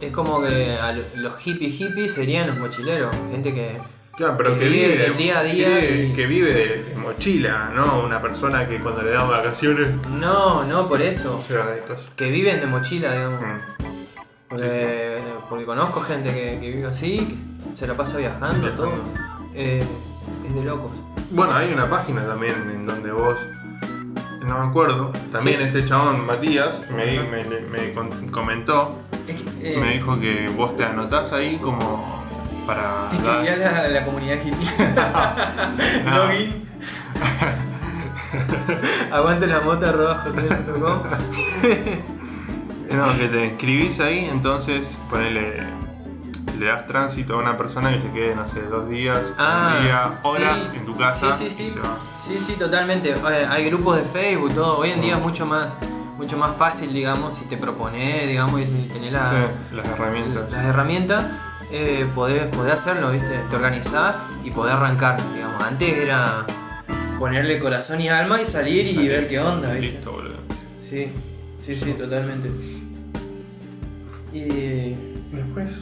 [SPEAKER 2] es como que a lo- los hippie hippies serían los mochileros, gente que.
[SPEAKER 1] Claro, pero
[SPEAKER 2] que
[SPEAKER 1] que,
[SPEAKER 2] vive
[SPEAKER 1] vive,
[SPEAKER 2] del día a día
[SPEAKER 1] Que,
[SPEAKER 2] y-
[SPEAKER 1] que vive de, de mochila, ¿no? Una persona que cuando le dan vacaciones
[SPEAKER 2] No, no por eso.
[SPEAKER 1] lleva de cosas.
[SPEAKER 2] Que viven de mochila, digamos.
[SPEAKER 1] Mm.
[SPEAKER 2] Porque, porque conozco gente que, que vive así, que se la pasa viajando, todo.
[SPEAKER 1] Viajando.
[SPEAKER 2] Eh, es de locos.
[SPEAKER 1] Bueno, hay una página también en donde vos. No me acuerdo. También
[SPEAKER 2] Sí.
[SPEAKER 1] este chabón Matías me, di- me- le- me con- comentó,
[SPEAKER 2] Es que, eh,
[SPEAKER 1] me dijo que vos te anotás ahí como para. dar-
[SPEAKER 2] escribí a la, la comunidad <laughs> hippie.
[SPEAKER 1] <laughs> No.
[SPEAKER 2] Login. Aguante la moto arroba
[SPEAKER 1] <laughs>
[SPEAKER 2] hotmail.com.
[SPEAKER 1] No, que te inscribís ahí, entonces ponele. Le das tránsito a una persona que se quede, no sé, dos días, un día, horas
[SPEAKER 2] Ah, sí.
[SPEAKER 1] en tu casa.
[SPEAKER 2] Sí, sí,
[SPEAKER 1] y
[SPEAKER 2] sí.
[SPEAKER 1] se va.
[SPEAKER 2] Sí, sí, totalmente. Hay hay grupos de Facebook, todo. Hoy en
[SPEAKER 1] Ah.
[SPEAKER 2] día es mucho más, mucho más fácil, digamos, si te propones, digamos, y tenés la-
[SPEAKER 1] Sí, las herramientas.
[SPEAKER 2] las herramientas, eh, podés, podés hacerlo, ¿viste? Te organizás y podés arrancar, digamos. Antes era ponerle corazón y alma y salir y
[SPEAKER 1] Salir.
[SPEAKER 2] ver qué onda, ¿viste?
[SPEAKER 1] Listo, boludo.
[SPEAKER 2] Sí, sí, sí, totalmente. Y
[SPEAKER 1] Después,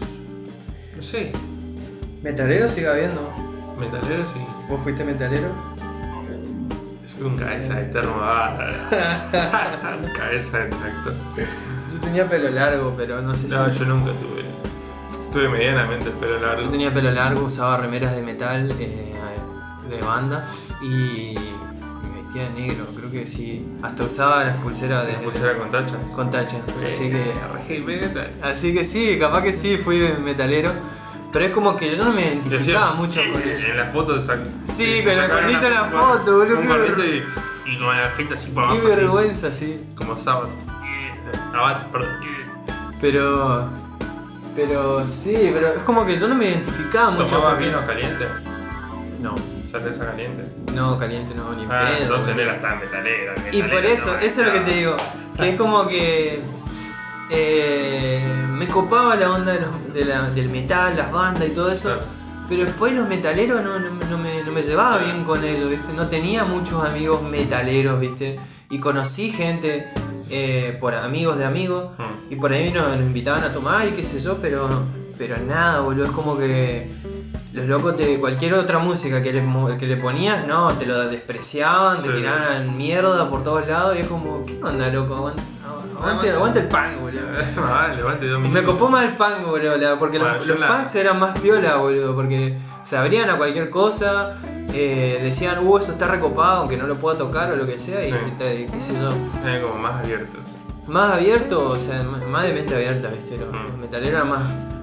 [SPEAKER 1] no sé,
[SPEAKER 2] metalero sigue habiendo.
[SPEAKER 1] metalero sí.
[SPEAKER 2] ¿Vos fuiste metalero?
[SPEAKER 1] Yo un cabeza de termo
[SPEAKER 2] <laughs>
[SPEAKER 1] Un cabeza de tractor.
[SPEAKER 2] Yo tenía pelo largo, pero no sé
[SPEAKER 1] No,
[SPEAKER 2] si.
[SPEAKER 1] yo nunca tuve. Tuve medianamente el pelo largo.
[SPEAKER 2] Yo tenía pelo largo, usaba remeras de metal eh, de bandas y me vestía de negro, creo que sí. Hasta usaba las pulseras de
[SPEAKER 1] Pulsera con tachas.
[SPEAKER 2] con tacha. Así
[SPEAKER 1] Eh,
[SPEAKER 2] que,
[SPEAKER 1] re metal.
[SPEAKER 2] así que sí, capaz que sí, fui metalero. Pero es como que yo no me
[SPEAKER 1] Te
[SPEAKER 2] identificaba
[SPEAKER 1] hacía-
[SPEAKER 2] mucho con ello.
[SPEAKER 1] En las fotos sac-
[SPEAKER 2] Sí,
[SPEAKER 1] te
[SPEAKER 2] con el
[SPEAKER 1] sacaron
[SPEAKER 2] cuernito en la
[SPEAKER 1] una-
[SPEAKER 2] foto, boludo.
[SPEAKER 1] Un cuernito y, y con la gente así para
[SPEAKER 2] Qué
[SPEAKER 1] abajo. así,
[SPEAKER 2] vergüenza, sí.
[SPEAKER 1] Como sábado. Abad, perdón.
[SPEAKER 2] Pero. Pero sí, pero es como que yo no me identificaba mucho.
[SPEAKER 1] Tomaba
[SPEAKER 2] porque-
[SPEAKER 1] vino caliente.
[SPEAKER 2] No,
[SPEAKER 1] Cerveza caliente.
[SPEAKER 2] no, caliente no, ni
[SPEAKER 1] Ah,
[SPEAKER 2] pedo.
[SPEAKER 1] entonces no era tan metalero.
[SPEAKER 2] Y
[SPEAKER 1] metalero,
[SPEAKER 2] por eso,
[SPEAKER 1] no,
[SPEAKER 2] eso es lo que
[SPEAKER 1] no.
[SPEAKER 2] te digo. Que es como que. eh, me copaba la onda de los- de la- del metal, las bandas y todo eso.
[SPEAKER 1] Claro.
[SPEAKER 2] Pero después los metaleros no, no- no me, no me llevaba bien con ellos, ¿viste? No tenía muchos amigos metaleros, ¿viste? Y conocí gente eh, por amigos de amigos.
[SPEAKER 1] Mm.
[SPEAKER 2] Y por ahí nos, nos invitaban a tomar y qué sé yo, pero, pero nada, boludo. Es como que los locos de cualquier otra música que le, mo- que le ponías, no, te lo despreciaban, te
[SPEAKER 1] Sí.
[SPEAKER 2] tiraban mierda por todos lados. Y es como, ¿qué onda, loco? Aguanta, aguanta- aguanta el punk, boludo.
[SPEAKER 1] <laughs> Ah, levante dos
[SPEAKER 2] Me
[SPEAKER 1] minutos.
[SPEAKER 2] copó más el punk, boludo, la- porque los-
[SPEAKER 1] Bueno, yo
[SPEAKER 2] los,
[SPEAKER 1] la-
[SPEAKER 2] punks eran más piola, boludo, porque se abrían a cualquier cosa, eh, decían, uh, eso está recopado, aunque no lo pueda tocar o lo que sea, y
[SPEAKER 1] Sí.
[SPEAKER 2] te- qué sé yo.
[SPEAKER 1] Eran Eh, como más abiertos.
[SPEAKER 2] más abierto, o sea, más más de mente abierta, ¿viste? Los,
[SPEAKER 1] Mm.
[SPEAKER 2] los metaleros eran más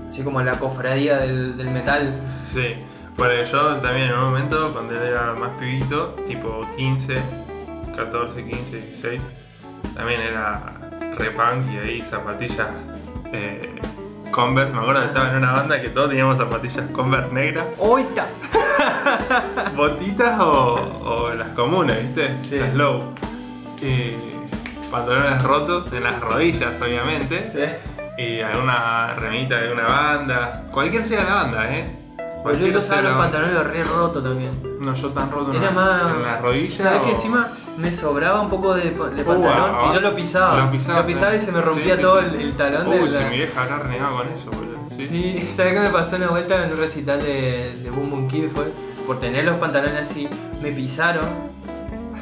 [SPEAKER 2] así como la cofradía del, del metal.
[SPEAKER 1] Sí. Bueno, yo también en un momento, cuando él era más pibito, tipo 15, 14, 15, 16, también era re punk y ahí zapatillas eh, Converse. Me acuerdo que estaba en una banda que todos teníamos zapatillas Converse negras,
[SPEAKER 2] ¡Oita!
[SPEAKER 1] botitas o, o las comunes, ¿viste?
[SPEAKER 2] Sí.
[SPEAKER 1] Las low. Eh, pantalones rotos en las rodillas, obviamente. Y alguna remita de alguna banda. Cualquier sea la banda, ¿eh?
[SPEAKER 2] Yo
[SPEAKER 1] Cualquier sea
[SPEAKER 2] usaba
[SPEAKER 1] la
[SPEAKER 2] los
[SPEAKER 1] banda.
[SPEAKER 2] pantalones re rotos también.
[SPEAKER 1] No, yo tan roto
[SPEAKER 2] Era
[SPEAKER 1] no.
[SPEAKER 2] más.
[SPEAKER 1] En la rodilla.
[SPEAKER 2] ¿Sabés
[SPEAKER 1] o-
[SPEAKER 2] que encima me sobraba un poco de, pa- de
[SPEAKER 1] Uh,
[SPEAKER 2] pantalón
[SPEAKER 1] ah,
[SPEAKER 2] y yo lo pisaba?
[SPEAKER 1] lo pisaba,
[SPEAKER 2] y se me rompía
[SPEAKER 1] sí, sí,
[SPEAKER 2] todo
[SPEAKER 1] sí.
[SPEAKER 2] El, el talón
[SPEAKER 1] Uy,
[SPEAKER 2] de
[SPEAKER 1] si
[SPEAKER 2] la-
[SPEAKER 1] mi vieja habrá renegado con eso, boludo. Sí.
[SPEAKER 2] Sí, <laughs> ¿sabes qué me pasó una vuelta en un recital de, de Boom Boom Kid? Fue por tener los pantalones así, me pisaron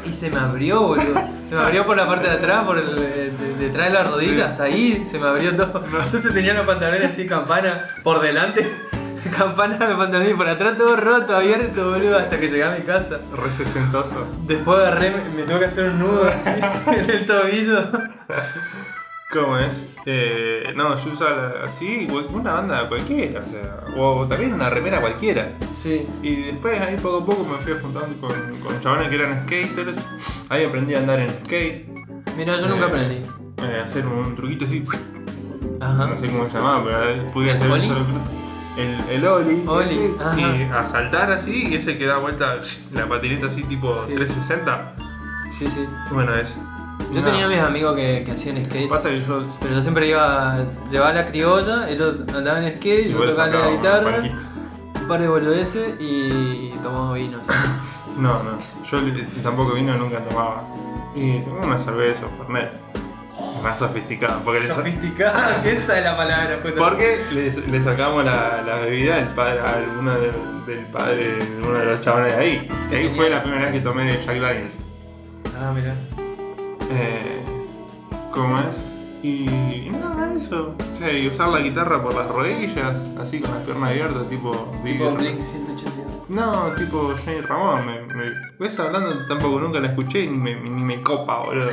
[SPEAKER 2] y se me abrió, boludo. Se me abrió por la parte de atrás, por el, de- de- detrás de la rodilla,
[SPEAKER 1] Sí.
[SPEAKER 2] hasta ahí se me abrió todo. Entonces tenía los pantalones así, campana por delante, <laughs> campana de pantalones y por atrás todo roto, abierto, boludo, hasta que llegué a mi casa.
[SPEAKER 1] Re sesentoso.
[SPEAKER 2] Después agarré, me, me tuve que hacer un nudo así <laughs> en el tobillo.
[SPEAKER 1] ¿Cómo es? Eh, no, yo usaba la- así, cual- una banda cualquiera, o sea, o también una remera cualquiera.
[SPEAKER 2] Sí.
[SPEAKER 1] Y después ahí poco a poco me fui juntando con, con chabones que eran skaters. Ahí aprendí a andar en skate,
[SPEAKER 2] Mira, yo nunca aprendí.
[SPEAKER 1] eh, hacer un truquito así,
[SPEAKER 2] Ajá.
[SPEAKER 1] no sé cómo se llamaba, pero a ver, pude
[SPEAKER 2] ¿El
[SPEAKER 1] hacer un
[SPEAKER 2] ollie?
[SPEAKER 1] solo cru- el, el ollie,
[SPEAKER 2] Ollie,
[SPEAKER 1] ese,
[SPEAKER 2] ajá.
[SPEAKER 1] y a saltar así, y ese que da vuelta la patineta así tipo
[SPEAKER 2] Sí.
[SPEAKER 1] 360.
[SPEAKER 2] Sí, sí.
[SPEAKER 1] Bueno, ese.
[SPEAKER 2] Yo
[SPEAKER 1] Nada.
[SPEAKER 2] tenía mis amigos que, que hacían skate,
[SPEAKER 1] Pasa que yo
[SPEAKER 2] pero yo siempre iba, llevaba la criolla, ellos andaban en skate, yo
[SPEAKER 1] Igual
[SPEAKER 2] tocaba la
[SPEAKER 1] tocaba
[SPEAKER 2] guitarra,
[SPEAKER 1] banquito.
[SPEAKER 2] un par de boludeces y, tomaba vinos.
[SPEAKER 1] No, no. Yo li- tampoco vino, nunca tomaba. Y tomaba una cerveza o fernet. Más sofisticada. Porque, le, sa-
[SPEAKER 2] Sofisticada, <laughs> que esa es la palabra, justo.
[SPEAKER 1] porque le- le sacamos la, la bebida al padre, a alguno de- del padre de uno de los chabones de ahí. Y ahí fue la primera vez que tomé Jack Daniels.
[SPEAKER 2] Ah, mirá.
[SPEAKER 1] Eh, ¿Cómo es? Y nada, eso. O sea, y usar la guitarra por las rodillas, así con las piernas abiertas, tipo...
[SPEAKER 2] Tipo
[SPEAKER 1] Digger.
[SPEAKER 2] Blink 182.
[SPEAKER 1] No, tipo Jenny Ramón, me, me ves hablando, tampoco nunca la escuché ni me, ni me copa,
[SPEAKER 2] <laughs>
[SPEAKER 1] boludo.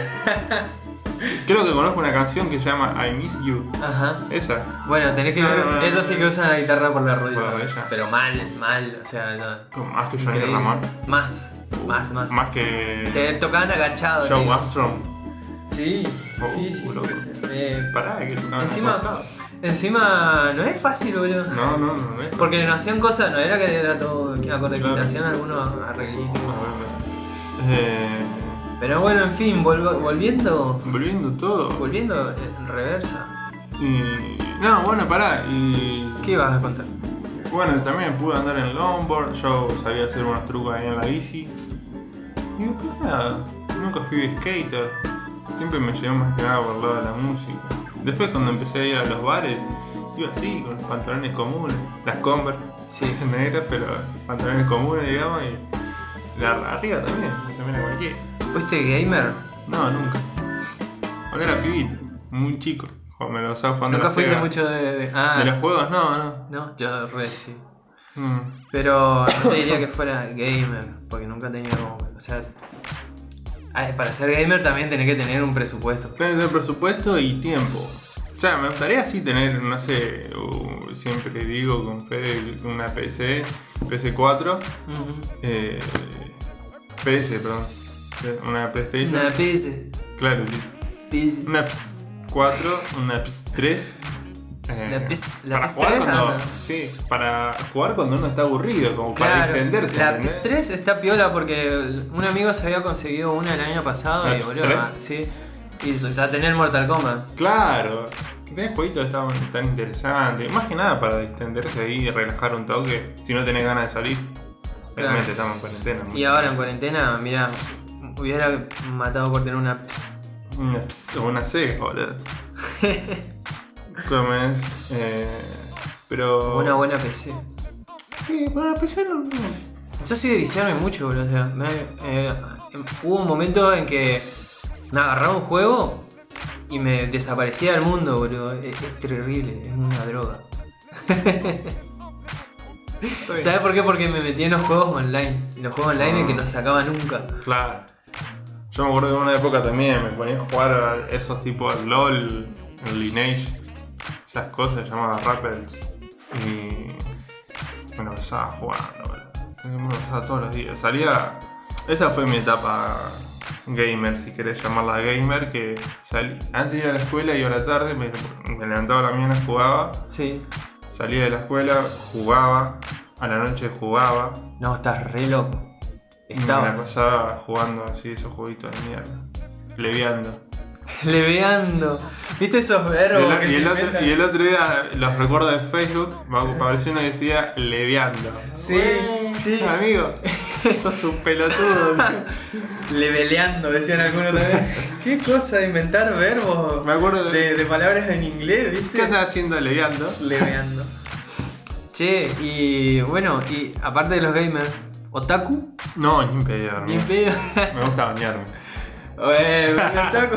[SPEAKER 1] Creo que conozco una canción que se llama I Miss You.
[SPEAKER 2] Ajá.
[SPEAKER 1] Esa.
[SPEAKER 2] Bueno, tenés que
[SPEAKER 1] No,
[SPEAKER 2] ver,
[SPEAKER 1] no, no,
[SPEAKER 2] ellos
[SPEAKER 1] no.
[SPEAKER 2] sí que usan la guitarra por la rodilla.
[SPEAKER 1] Ah, Por la rodilla.
[SPEAKER 2] Pero mal, mal, o sea, ya.
[SPEAKER 1] Con Más que Johnny
[SPEAKER 2] increíble.
[SPEAKER 1] Ramón.
[SPEAKER 2] Más, más, más.
[SPEAKER 1] Más que
[SPEAKER 2] Te tocaban agachado.
[SPEAKER 1] Joe
[SPEAKER 2] tío.
[SPEAKER 1] Armstrong.
[SPEAKER 2] Sí,
[SPEAKER 1] Oh,
[SPEAKER 2] sí, sí.
[SPEAKER 1] loco.
[SPEAKER 2] Eh,
[SPEAKER 1] Pará, que tocaban
[SPEAKER 2] Encima,
[SPEAKER 1] acostados.
[SPEAKER 2] encima no es fácil, boludo.
[SPEAKER 1] No, no, no. es-
[SPEAKER 2] Porque no hacían cosas, no era que era todo acorde
[SPEAKER 1] Claro.
[SPEAKER 2] que hacían algunos arreglitos.
[SPEAKER 1] No, no, no. Eh,
[SPEAKER 2] Pero bueno, en fin, volv- volviendo.
[SPEAKER 1] volviendo todo.
[SPEAKER 2] Volviendo en reversa.
[SPEAKER 1] Y... No, bueno, pará. Y...
[SPEAKER 2] ¿Qué ibas a contar?
[SPEAKER 1] Bueno, también pude andar en longboard, yo sabía hacer unos trucos ahí en la bici. Y después nada, nunca fui skater. Siempre me llevó más que nada por el lado de la música. Después cuando empecé a ir a los bares, iba así, con los pantalones comunes, las Converse, <laughs>
[SPEAKER 2] Sí.
[SPEAKER 1] negras, pero pantalones comunes, digamos, y la arriba también, también a cualquiera.
[SPEAKER 2] ¿Fuiste gamer?
[SPEAKER 1] No, nunca. Cuando era pibito, muy chico, cuando me lo pasaba jugando a
[SPEAKER 2] Nunca
[SPEAKER 1] la
[SPEAKER 2] fuiste
[SPEAKER 1] Sega.
[SPEAKER 2] mucho de. de-
[SPEAKER 1] ¿De los
[SPEAKER 2] ah,
[SPEAKER 1] juegos? No, no.
[SPEAKER 2] no, yo re sí.
[SPEAKER 1] Mm.
[SPEAKER 2] Pero no te diría que fuera gamer, porque nunca tenía como. O sea. ah, Para ser gamer también tenés que tener un presupuesto.
[SPEAKER 1] Tenés que tener presupuesto y tiempo. O sea, me gustaría así tener, no sé, o siempre digo con Fede, una PC, PC4, eh, PS, perdón, una PlayStation,
[SPEAKER 2] Una PC.
[SPEAKER 1] claro, dis-
[SPEAKER 2] PC.
[SPEAKER 1] una PS4, una PS3. eh,
[SPEAKER 2] La PS la
[SPEAKER 1] para
[SPEAKER 2] PS3
[SPEAKER 1] jugar cuando,
[SPEAKER 2] anda.
[SPEAKER 1] sí, para jugar cuando uno está aburrido, como para
[SPEAKER 2] Claro,
[SPEAKER 1] distenderse.
[SPEAKER 2] la
[SPEAKER 1] ¿entendés?
[SPEAKER 2] PS3 está piola porque un amigo se había conseguido una el año pasado
[SPEAKER 1] ¿La
[SPEAKER 2] y boludo,
[SPEAKER 1] PS3?
[SPEAKER 2] ah, sí. Y ya tener Mortal Kombat.
[SPEAKER 1] Claro, tenés jueguitos tan, tan interesantes. Más que nada para distenderse ahí y relajar un toque. Si no tenés ganas de salir, realmente estamos en cuarentena.
[SPEAKER 2] Y ahora en cuarentena, mira, hubiera matado por tener una PS.
[SPEAKER 1] Una, ps- una Sega, boludo.
[SPEAKER 2] <laughs>
[SPEAKER 1] ¿Cómo es? Eh, pero.
[SPEAKER 2] Una buena PC.
[SPEAKER 1] Sí, pero la PC no. no.
[SPEAKER 2] Yo soy de viciarme mucho, boludo. O sea, me- eh, hubo un momento en que me agarraba un juego y me desaparecía del mundo, boludo. Es, es terrible, es una droga.
[SPEAKER 1] Está bien.
[SPEAKER 2] ¿Sabes por qué? Porque me metí en los juegos online. En los juegos online en que no sacaba nunca.
[SPEAKER 1] Claro. Yo me acuerdo que en una época también me ponía a jugar a esos tipos al LOL, el Lineage, esas cosas llamadas Rappels. Y. me lo pasaba jugando, boludo. Me lo pasaba todos los días. Salía. Esa fue mi etapa gamer, si querés llamarla gamer, que salí. Antes de ir a la escuela y a la tarde me, me levantaba a la mañana, jugaba.
[SPEAKER 2] Sí.
[SPEAKER 1] Salía de la escuela, jugaba. A la noche jugaba.
[SPEAKER 2] No, estás re loco.
[SPEAKER 1] Y me la
[SPEAKER 2] <laughs> Estabas
[SPEAKER 1] pasaba jugando así esos jueguitos de mierda. Leviando.
[SPEAKER 2] leveando. ¿Viste esos
[SPEAKER 1] Y el,
[SPEAKER 2] verbos que
[SPEAKER 1] y
[SPEAKER 2] se
[SPEAKER 1] el otro,
[SPEAKER 2] inventan?
[SPEAKER 1] y el otro día los recuerdo de Facebook, me apareció uno que decía leviando.
[SPEAKER 2] Sí, sí. <laughs>
[SPEAKER 1] Amigo, sos un pelotudo.
[SPEAKER 2] Leveleando, decían algunos también.
[SPEAKER 1] <laughs>
[SPEAKER 2] Qué cosa de inventar verbos
[SPEAKER 1] Me acuerdo de-
[SPEAKER 2] de, de palabras en inglés, ¿viste?
[SPEAKER 1] ¿Qué andas haciendo leviando?
[SPEAKER 2] Leveando. Che, y bueno, y aparte de los gamers, Otaku,
[SPEAKER 1] No, ni impedirme.
[SPEAKER 2] ni
[SPEAKER 1] <laughs>
[SPEAKER 2] pedo.
[SPEAKER 1] Me gusta bañarme.
[SPEAKER 2] Eh, <laughs> Otaku.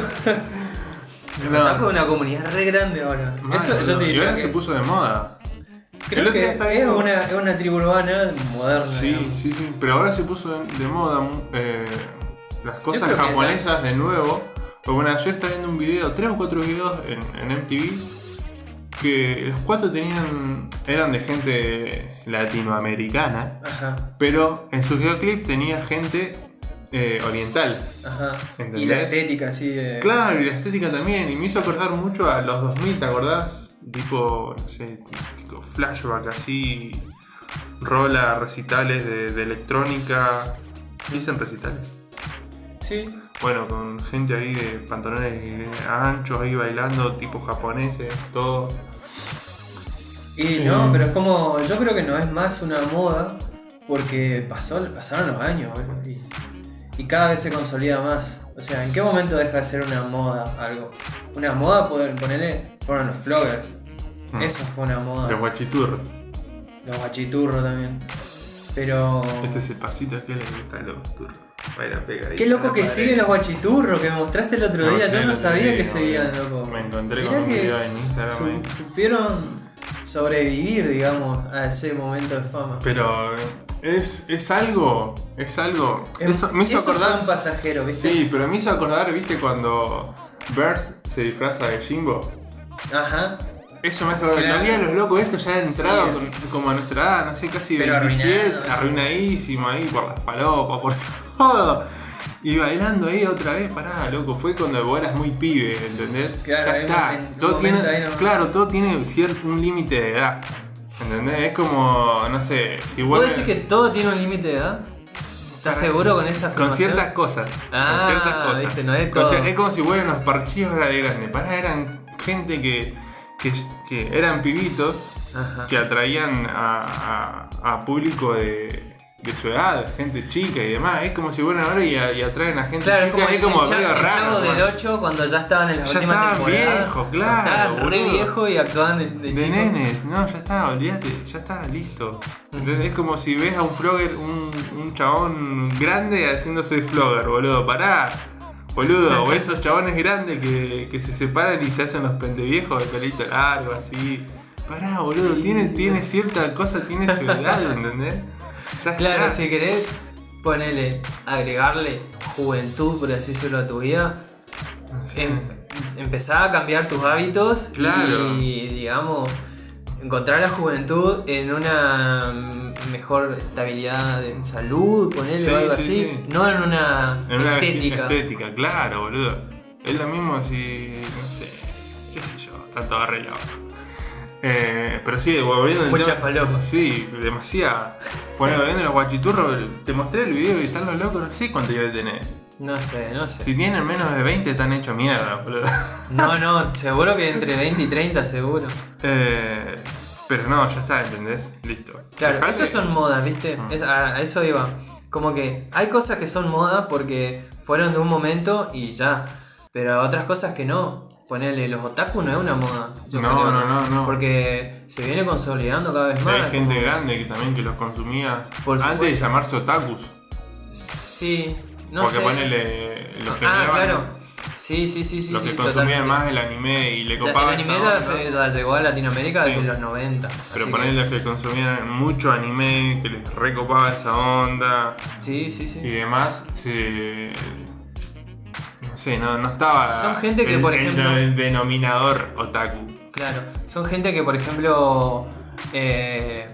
[SPEAKER 1] No.
[SPEAKER 2] Otaku es una comunidad re grande ahora.
[SPEAKER 1] Mal,
[SPEAKER 2] Eso yo
[SPEAKER 1] boludo.
[SPEAKER 2] te
[SPEAKER 1] y ahora
[SPEAKER 2] diría.
[SPEAKER 1] se
[SPEAKER 2] que-
[SPEAKER 1] puso de moda. el
[SPEAKER 2] Creo
[SPEAKER 1] otro
[SPEAKER 2] que
[SPEAKER 1] día estaba
[SPEAKER 2] es
[SPEAKER 1] viendo-
[SPEAKER 2] una, es una tribu urbana moderna.
[SPEAKER 1] Sí, sí, sí. Pero ahora se puso de, de moda mu- eh, las cosas
[SPEAKER 2] creo que
[SPEAKER 1] japonesas de nuevo. Porque bueno, ayer estaba viendo un video, tres o cuatro videos en, en MTV que los cuatro tenían eran de gente latinoamericana,
[SPEAKER 2] Ajá,
[SPEAKER 1] pero en sus videoclip tenía gente eh, oriental.
[SPEAKER 2] ajá. Y
[SPEAKER 1] ¿Entendés?
[SPEAKER 2] la estética, sí. eh,
[SPEAKER 1] Claro, y la estética también, y me hizo acordar mucho a los 2000, ¿te acordás? Tipo, no sé, tipo flashback así, rola, recitales de, de electrónica. ¿Dicen recitales?
[SPEAKER 2] Sí.
[SPEAKER 1] Bueno, con gente ahí de pantalones anchos, ahí bailando, tipo japoneses, todo. Eh.
[SPEAKER 2] Y no, pero es como. Yo creo que no es más una moda porque pasó, pasaron los años boludo, y, y cada vez se consolida más. O sea, ¿en qué momento deja de ser una moda algo? Una moda, poder ponerle, fueron los floggers.
[SPEAKER 1] Mm.
[SPEAKER 2] Eso fue una moda.
[SPEAKER 1] Los guachiturros.
[SPEAKER 2] Los guachiturros también. Pero.
[SPEAKER 1] Este es el pasito que les gusta a los turros. Bailan pegadito.
[SPEAKER 2] Qué loco que siguen los guachiturros que me mostraste el otro día. Yo no sabía que seguían, loco.
[SPEAKER 1] Me encontré
[SPEAKER 2] Mirá
[SPEAKER 1] con un
[SPEAKER 2] que
[SPEAKER 1] video en Instagram ahí.
[SPEAKER 2] su- supieron sobrevivir, digamos, a ese momento de fama.
[SPEAKER 1] Pero es, es algo, es algo.
[SPEAKER 2] Em,
[SPEAKER 1] Eso me hizo
[SPEAKER 2] eso Fue un
[SPEAKER 1] acordar.
[SPEAKER 2] pasajero, ¿viste?
[SPEAKER 1] Sí, pero me hizo acordar, viste, cuando Burst se disfraza de Jimbo.
[SPEAKER 2] Ajá.
[SPEAKER 1] Eso me hace acordar.
[SPEAKER 2] Claro.
[SPEAKER 1] Lo vi a los locos, esto ya de entrado
[SPEAKER 2] Sí.
[SPEAKER 1] con- como a nuestra edad, no sé, casi
[SPEAKER 2] Pero
[SPEAKER 1] 27,
[SPEAKER 2] arruinado, sí.
[SPEAKER 1] arruinadísimo ahí por las palopas, por <laughs> todo. Y bailando ahí otra vez, pará, loco, fue cuando vos eras muy pibe, ¿entendés?
[SPEAKER 2] Claro,
[SPEAKER 1] ya
[SPEAKER 2] hay un
[SPEAKER 1] está.
[SPEAKER 2] momento- un
[SPEAKER 1] todo tiene,
[SPEAKER 2] momento ahí nomás.
[SPEAKER 1] claro, todo tiene cierto, un límite de edad. ¿Entendés? Es como, no sé, si vos.
[SPEAKER 2] ¿Puedo decir que todo tiene un límite de edad? ¿Estás
[SPEAKER 1] Para-
[SPEAKER 2] seguro con esa
[SPEAKER 1] Con
[SPEAKER 2] afirmación?
[SPEAKER 1] ciertas cosas.
[SPEAKER 2] Ah,
[SPEAKER 1] con ciertas cosas.
[SPEAKER 2] viste, no es
[SPEAKER 1] Con
[SPEAKER 2] todo.
[SPEAKER 1] cier- es como si fueran los parchillos ahora de grande. Para eran gente que, que, que eran pibitos
[SPEAKER 2] Ajá.
[SPEAKER 1] que atraían a, a- a público de, de su edad, gente chica y demás. Es como si fueran ahora y, a- y atraen a gente
[SPEAKER 2] Claro, es
[SPEAKER 1] chica.
[SPEAKER 2] como,
[SPEAKER 1] es como
[SPEAKER 2] el, cha-
[SPEAKER 1] medio
[SPEAKER 2] el
[SPEAKER 1] raro,
[SPEAKER 2] chavo del
[SPEAKER 1] bueno.
[SPEAKER 2] 8 cuando ya estaban en la
[SPEAKER 1] Ya
[SPEAKER 2] última
[SPEAKER 1] estaban
[SPEAKER 2] temporada.
[SPEAKER 1] viejos, claro,
[SPEAKER 2] Estaban re
[SPEAKER 1] boludo.
[SPEAKER 2] viejos y actuaban de, de,
[SPEAKER 1] De
[SPEAKER 2] chicos.
[SPEAKER 1] nenes, no, ya está, olvídate, ya está, listo. ¿Entendés? Es como si ves a un flogger, un, un chabón grande haciéndose flogger, boludo, pará. Boludo, o esos chabones grandes que, que se separan y se hacen los pendeviejos de pelito largo, así. Pará, boludo, tiene, tiene cierta cosa, tiene su edad, ¿entendés? Ya
[SPEAKER 2] Claro,
[SPEAKER 1] está.
[SPEAKER 2] si querés ponerle, agregarle juventud, por así decirlo, a tu vida, em- empezá a cambiar tus hábitos
[SPEAKER 1] Claro.
[SPEAKER 2] y, digamos, encontrar la juventud en una mm, mejor estabilidad en salud, ponerle
[SPEAKER 1] Sí,
[SPEAKER 2] algo
[SPEAKER 1] sí,
[SPEAKER 2] así,
[SPEAKER 1] sí.
[SPEAKER 2] no en una
[SPEAKER 1] En una
[SPEAKER 2] estética.
[SPEAKER 1] estética, claro, boludo. Es lo mismo si. no sé. qué sé yo, está todo re loco. Eh, pero sí, volviendo al
[SPEAKER 2] Mucha
[SPEAKER 1] tema-
[SPEAKER 2] falopa.
[SPEAKER 1] Sí, demasiada. Bueno, volviendo a los guachiturros, te mostré el video y están los locos, no sé cuánto yo tenés.
[SPEAKER 2] No sé, no sé.
[SPEAKER 1] Si tienen menos de 20 están hechos mierda, boludo. <laughs>
[SPEAKER 2] No, no, seguro que entre 20 y 30, seguro.
[SPEAKER 1] Eh, pero no, ya está, ¿entendés? Listo.
[SPEAKER 2] Claro,
[SPEAKER 1] Dejate-
[SPEAKER 2] esas son modas, ¿viste?
[SPEAKER 1] Mm.
[SPEAKER 2] Es- a, a eso iba. Como que hay cosas que son moda porque fueron de un momento y ya. Pero otras cosas que no. Ponele, los otaku no es una moda. yo
[SPEAKER 1] No,
[SPEAKER 2] creo.
[SPEAKER 1] no, no, no.
[SPEAKER 2] Porque se viene consolidando cada vez más.
[SPEAKER 1] Hay gente
[SPEAKER 2] como-
[SPEAKER 1] grande que también que los consumía
[SPEAKER 2] Por
[SPEAKER 1] antes de
[SPEAKER 2] supuesto.
[SPEAKER 1] llamarse otakus.
[SPEAKER 2] Sí, no
[SPEAKER 1] porque
[SPEAKER 2] sé.
[SPEAKER 1] ponele los que
[SPEAKER 2] ah,
[SPEAKER 1] miraban-
[SPEAKER 2] claro. Sí, sí, sí, sí.
[SPEAKER 1] los
[SPEAKER 2] sí,
[SPEAKER 1] que consumían
[SPEAKER 2] totalmente.
[SPEAKER 1] más el anime y le
[SPEAKER 2] Ya,
[SPEAKER 1] copaban
[SPEAKER 2] El anime
[SPEAKER 1] esa
[SPEAKER 2] ya,
[SPEAKER 1] onda.
[SPEAKER 2] se- ya llegó a Latinoamérica
[SPEAKER 1] Sí.
[SPEAKER 2] desde los 90.
[SPEAKER 1] Pero
[SPEAKER 2] así
[SPEAKER 1] poner
[SPEAKER 2] que-
[SPEAKER 1] los que consumían mucho anime, que les recopaba esa onda
[SPEAKER 2] Sí, sí, sí.
[SPEAKER 1] y demás, se... No sé, no, no estaba...
[SPEAKER 2] Son gente que,
[SPEAKER 1] el-
[SPEAKER 2] por
[SPEAKER 1] el-
[SPEAKER 2] ejemplo-
[SPEAKER 1] El, denominador otaku.
[SPEAKER 2] Claro, son gente que por ejemplo eh,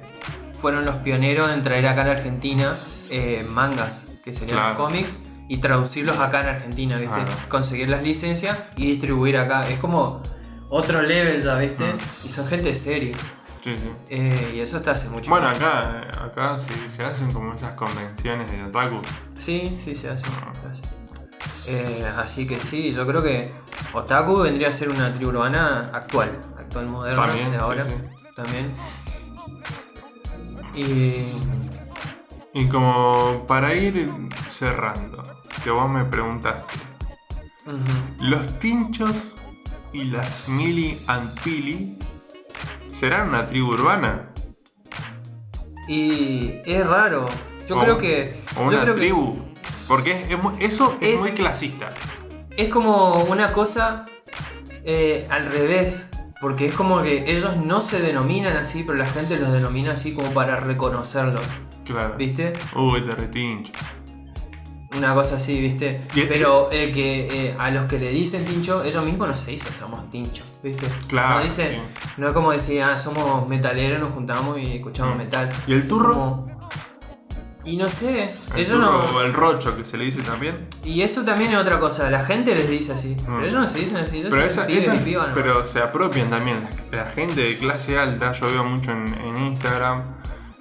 [SPEAKER 2] fueron los pioneros en traer acá a la Argentina eh, mangas, que serían
[SPEAKER 1] Claro.
[SPEAKER 2] los cómics, y traducirlos acá en Argentina, ¿viste?
[SPEAKER 1] Claro.
[SPEAKER 2] Conseguir las licencias y distribuir acá. Es como otro level ya, ¿viste?
[SPEAKER 1] Mm.
[SPEAKER 2] Y son gente seria.
[SPEAKER 1] Sí, sí.
[SPEAKER 2] Eh, y eso está hace mucho
[SPEAKER 1] Bueno, acá, acá se, se hacen como esas convenciones de otaku.
[SPEAKER 2] Sí, sí, se hace. se hace. Eh, así que sí, yo creo que Otaku vendría a ser una tribu urbana actual, actual moderna
[SPEAKER 1] También,
[SPEAKER 2] de
[SPEAKER 1] sí,
[SPEAKER 2] ahora.
[SPEAKER 1] sí.
[SPEAKER 2] También. Y
[SPEAKER 1] Y como para ir cerrando, que vos me preguntaste,
[SPEAKER 2] Ujú.
[SPEAKER 1] ¿los tinchos y las mili and pili serán una tribu urbana?
[SPEAKER 2] Y es raro. Yo
[SPEAKER 1] O-
[SPEAKER 2] creo que.
[SPEAKER 1] ¿O
[SPEAKER 2] yo
[SPEAKER 1] una
[SPEAKER 2] creo que
[SPEAKER 1] tribu? Porque es- es mu- eso es,
[SPEAKER 2] Es-
[SPEAKER 1] muy clasista.
[SPEAKER 2] es como una cosa eh, al revés. Porque es como que ellos no se denominan así, pero la gente los denomina así como para reconocerlo.
[SPEAKER 1] Claro.
[SPEAKER 2] ¿Viste?
[SPEAKER 1] Uy, te retincho.
[SPEAKER 2] Una cosa así, ¿viste?
[SPEAKER 1] Y-
[SPEAKER 2] Pero el que eh, a los que le dicen tincho, ellos mismos no se dicen somos tincho, ¿viste?
[SPEAKER 1] Claro,
[SPEAKER 2] No dicen,
[SPEAKER 1] sí.
[SPEAKER 2] no es como decir, ah, somos metaleros, nos juntamos y
[SPEAKER 1] Mm.
[SPEAKER 2] escuchamos metal.
[SPEAKER 1] ¿Y el turro?
[SPEAKER 2] Como- Y no sé,
[SPEAKER 1] El
[SPEAKER 2] ellos
[SPEAKER 1] turro
[SPEAKER 2] no.
[SPEAKER 1] o el rocho que se le dice también.
[SPEAKER 2] Y eso también es otra cosa, la gente les dice así,
[SPEAKER 1] Mm.
[SPEAKER 2] pero ellos no se dicen así, ellos
[SPEAKER 1] Pero,
[SPEAKER 2] son
[SPEAKER 1] esa-
[SPEAKER 2] pibes y
[SPEAKER 1] esas-
[SPEAKER 2] pibas nomás.
[SPEAKER 1] pero se apropian también. La, la gente de clase alta, yo veo mucho en, en Instagram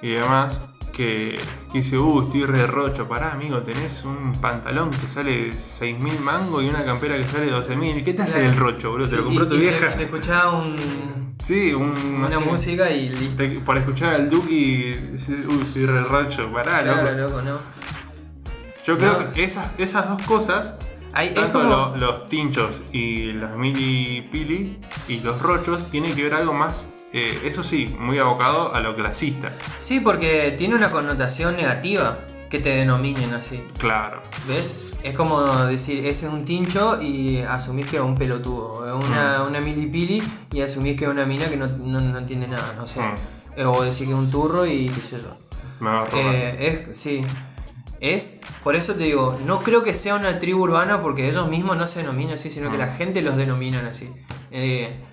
[SPEAKER 1] y demás, que, que dice, uh, estoy re rocho. Pará, amigo, tenés un pantalón que sale 6.000 mango y una campera que sale 12.000. ¿Qué te hace
[SPEAKER 2] Claro.
[SPEAKER 1] el rocho, bro?
[SPEAKER 2] Sí,
[SPEAKER 1] ¿Te lo compró
[SPEAKER 2] y-
[SPEAKER 1] tu
[SPEAKER 2] y te-
[SPEAKER 1] vieja? Mm,
[SPEAKER 2] Te, escuchaba un-
[SPEAKER 1] Sí, un, no
[SPEAKER 2] una
[SPEAKER 1] sé,
[SPEAKER 2] música y listo.
[SPEAKER 1] te- para escuchar al Duki, decís, uh, estoy re rocho. Pará,
[SPEAKER 2] Claro,
[SPEAKER 1] loco.
[SPEAKER 2] loco, ¿no?
[SPEAKER 1] Yo creo
[SPEAKER 2] No.
[SPEAKER 1] que esas, esas dos cosas,
[SPEAKER 2] Hay- es
[SPEAKER 1] tanto
[SPEAKER 2] como-
[SPEAKER 1] lo- los tinchos y las mili pili y los rochos, tienen que ver algo más, eh, eso sí, muy abocado a lo clasista.
[SPEAKER 2] Sí, porque tiene una connotación negativa que te denominen así.
[SPEAKER 1] Claro.
[SPEAKER 2] ¿Ves? Es como decir, ese es un tincho y asumís que es un pelotudo, es una, una milipili y asumís que es una mina que no, no, no entiende nada, no sé.
[SPEAKER 1] Mm.
[SPEAKER 2] Eh, O decir que es un turro y qué sé yo.
[SPEAKER 1] Me va a robar.
[SPEAKER 2] Eh, es, sí. Es, por eso te digo, no creo que sea una tribu urbana porque ellos mismos no se denominan así, sino que
[SPEAKER 1] Mm.
[SPEAKER 2] la gente los denominan así. Eh,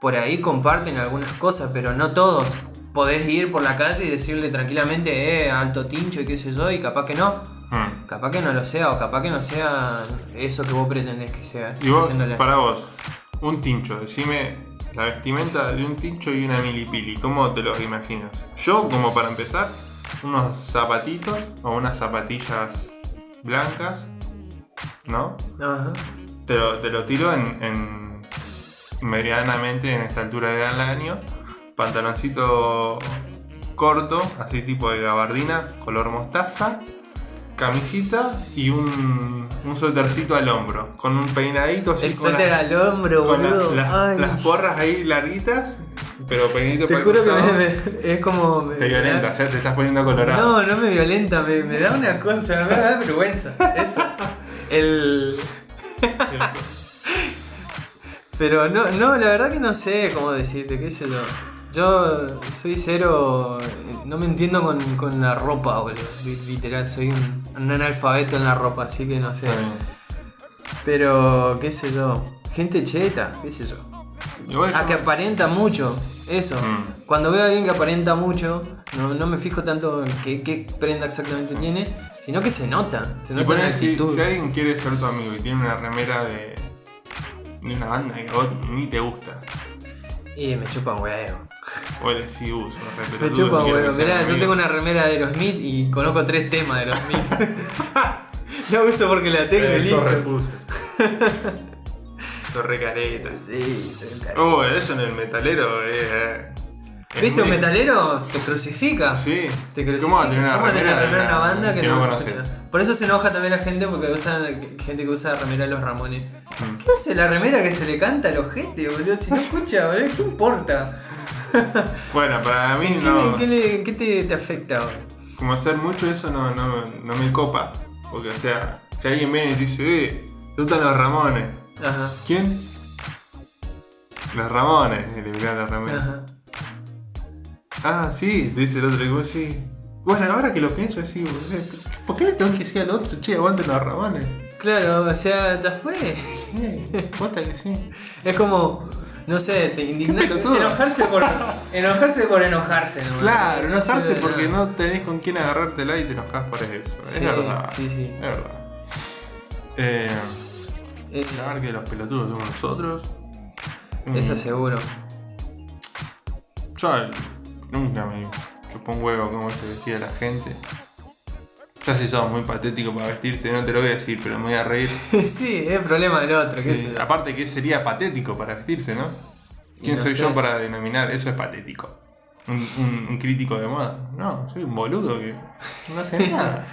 [SPEAKER 2] por ahí comparten algunas cosas, pero no todos. Podés ir por la calle y decirle tranquilamente, eh, alto tincho y qué sé yo, y capaz que no.
[SPEAKER 1] Mm.
[SPEAKER 2] Capaz que no lo sea, o capaz que no sea eso que vos pretendés que sea.
[SPEAKER 1] Y vos,
[SPEAKER 2] diciéndole-
[SPEAKER 1] para vos, un tincho, decime la vestimenta de un tincho y una mili pili, ¿cómo te los imaginas? Yo, como para empezar, unos zapatitos o unas zapatillas blancas, ¿no?
[SPEAKER 2] Ajá.
[SPEAKER 1] Te lo, te lo tiro en, en- medianamente en esta altura del año. Pantaloncito corto, así tipo de gabardina, color mostaza, camisita y un, un suétercito al hombro, con un peinadito así
[SPEAKER 2] El
[SPEAKER 1] con,
[SPEAKER 2] suéter
[SPEAKER 1] las,
[SPEAKER 2] al hombro,
[SPEAKER 1] con la-
[SPEAKER 2] boludo.
[SPEAKER 1] las-
[SPEAKER 2] Ay.
[SPEAKER 1] las porras ahí larguitas, pero peinadito
[SPEAKER 2] Te
[SPEAKER 1] para el
[SPEAKER 2] juro que
[SPEAKER 1] costado.
[SPEAKER 2] me- me- es como. me-
[SPEAKER 1] Te violenta, ya te estás poniendo colorado.
[SPEAKER 2] No, no me violenta, me, me da una cosa, me da vergüenza. Eso. El. Pero no, no, la verdad que no sé cómo decirte, qué sé yo. Yo soy cero. No me entiendo con, con la ropa, boludo. Li- Literal, soy un, un analfabeto en la ropa, así que no sé.
[SPEAKER 1] Está bien.
[SPEAKER 2] Pero, qué sé yo. Gente cheta, qué sé yo.
[SPEAKER 1] Igual
[SPEAKER 2] Ah,
[SPEAKER 1] yo-
[SPEAKER 2] que aparenta mucho. Eso.
[SPEAKER 1] Mm.
[SPEAKER 2] Cuando veo a alguien que aparenta mucho, no, no me fijo tanto en qué, qué prenda exactamente tiene, sino que se nota. Se
[SPEAKER 1] Y
[SPEAKER 2] nota
[SPEAKER 1] ponele,
[SPEAKER 2] la
[SPEAKER 1] si,
[SPEAKER 2] actitud.
[SPEAKER 1] si alguien quiere ser tu amigo y tiene una remera de, de una banda que a vos ni te gusta,
[SPEAKER 2] Y me chupan huevo.
[SPEAKER 1] o le decís, uh, sos re pelotudo,
[SPEAKER 2] Me
[SPEAKER 1] no
[SPEAKER 2] chupan
[SPEAKER 1] quiero que
[SPEAKER 2] huevo.
[SPEAKER 1] seas
[SPEAKER 2] Mirá,
[SPEAKER 1] mi
[SPEAKER 2] yo
[SPEAKER 1] amigo.
[SPEAKER 2] tengo una remera de Aerosmith y conozco tres temas de <laughs> Aerosmith. la uso porque la tengo
[SPEAKER 1] Eh,
[SPEAKER 2] y
[SPEAKER 1] sos re
[SPEAKER 2] listo.
[SPEAKER 1] puso. Sos re careta.
[SPEAKER 2] Sí, soy un carajo.
[SPEAKER 1] Oh, eso en el metalero es. eh, es muy-
[SPEAKER 2] ¿Viste
[SPEAKER 1] Ah,
[SPEAKER 2] un metalero? Te crucifica.
[SPEAKER 1] Sí.
[SPEAKER 2] Te crecí.
[SPEAKER 1] ¿Cómo va a tener una
[SPEAKER 2] ¿Cómo va a tener
[SPEAKER 1] remera,
[SPEAKER 2] remera
[SPEAKER 1] de
[SPEAKER 2] en una banda que, no,
[SPEAKER 1] conoces?
[SPEAKER 2] escucha? Por eso se enoja también la gente porque usan gente que usa remera de los Ramones.
[SPEAKER 1] Mm.
[SPEAKER 2] ¿Qué hace la remera que se le canta a los gente, boludo? Si no escucha, boludo, ¿qué importa?
[SPEAKER 1] Bueno, para mí
[SPEAKER 2] ¿Qué,
[SPEAKER 1] no.
[SPEAKER 2] le- qué le- qué te, te afecta, boludo?
[SPEAKER 1] Como hacer mucho eso no, no, no me copa. Porque, o sea, si alguien viene y te dice, eh, te gustan los Ramones.
[SPEAKER 2] Ajá.
[SPEAKER 1] ¿Quién? Los Ramones, y le miran los Ramones.
[SPEAKER 2] Ajá.
[SPEAKER 1] Ah, sí, dice el otro, y vos sí. Bueno, ahora que lo pienso, sí, ¿por qué le tengo que decir al otro? Che, aguante los Ramones.
[SPEAKER 2] Claro, o sea, ya fue. <laughs>
[SPEAKER 1] Eh, posta que sí.
[SPEAKER 2] Es como. No sé, te indigna-
[SPEAKER 1] pelotudo.
[SPEAKER 2] Enojarse
[SPEAKER 1] <laughs>
[SPEAKER 2] por, enojarse por enojarse, ¿no?
[SPEAKER 1] Claro,
[SPEAKER 2] No sirve
[SPEAKER 1] enojarse
[SPEAKER 2] de
[SPEAKER 1] porque
[SPEAKER 2] nada.
[SPEAKER 1] no tenés con quién agarrártela y te enojás por eso. Es
[SPEAKER 2] Sí,
[SPEAKER 1] verdad.
[SPEAKER 2] sí, sí.
[SPEAKER 1] Es verdad. Eh,
[SPEAKER 2] Eh,
[SPEAKER 1] la verdad que los pelotudos somos nosotros. Mm,
[SPEAKER 2] eso seguro. <laughs>
[SPEAKER 1] Yo nunca me chupó un huevo cómo se vestía la gente. Ya si sos muy patético para vestirte, no te lo voy a decir, pero me voy a
[SPEAKER 2] <laughs>
[SPEAKER 1] reír.
[SPEAKER 2] sí, es problema del otro, qué
[SPEAKER 1] Sí,
[SPEAKER 2] sé yo.
[SPEAKER 1] Aparte que sería patético para vestirse, ¿no? ¿Quién
[SPEAKER 2] no
[SPEAKER 1] soy
[SPEAKER 2] sé.
[SPEAKER 1] yo para denominar eso es patético? ¿Un, un- un crítico de moda? No, soy un boludo que no
[SPEAKER 2] <laughs>
[SPEAKER 1] hace nada.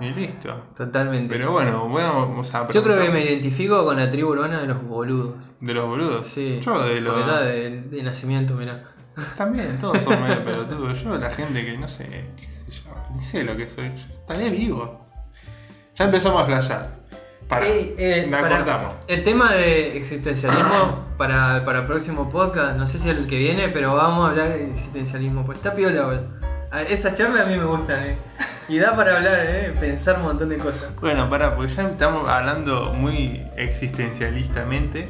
[SPEAKER 1] Y listo.
[SPEAKER 2] Totalmente.
[SPEAKER 1] Pero bueno, vamos a
[SPEAKER 2] Yo creo que me
[SPEAKER 1] preguntar
[SPEAKER 2] identifico con la tribu urbana de los boludos.
[SPEAKER 1] De los boludos.
[SPEAKER 2] Sí.
[SPEAKER 1] Yo de los...
[SPEAKER 2] Porque ya de, de nacimiento, mirá.
[SPEAKER 1] También, todos son medio pelotudos. Yo la gente que no sé, qué sé yo, ni sé lo que soy. Yo Estaré vivo. Ya empezamos a flashear. Para,
[SPEAKER 2] Ey, eh,
[SPEAKER 1] la
[SPEAKER 2] pará.
[SPEAKER 1] cortamos.
[SPEAKER 2] El tema
[SPEAKER 1] <coughs>
[SPEAKER 2] de existencialismo para, para el próximo podcast, no sé si el que viene, pero vamos a hablar de existencialismo. Pues está piola, boludo. A- Esas charlas a mí me gustan, eh. Y da para hablar, eh. Pensar un montón de cosas.
[SPEAKER 1] Bueno, pará, porque ya estamos hablando muy existencialistamente.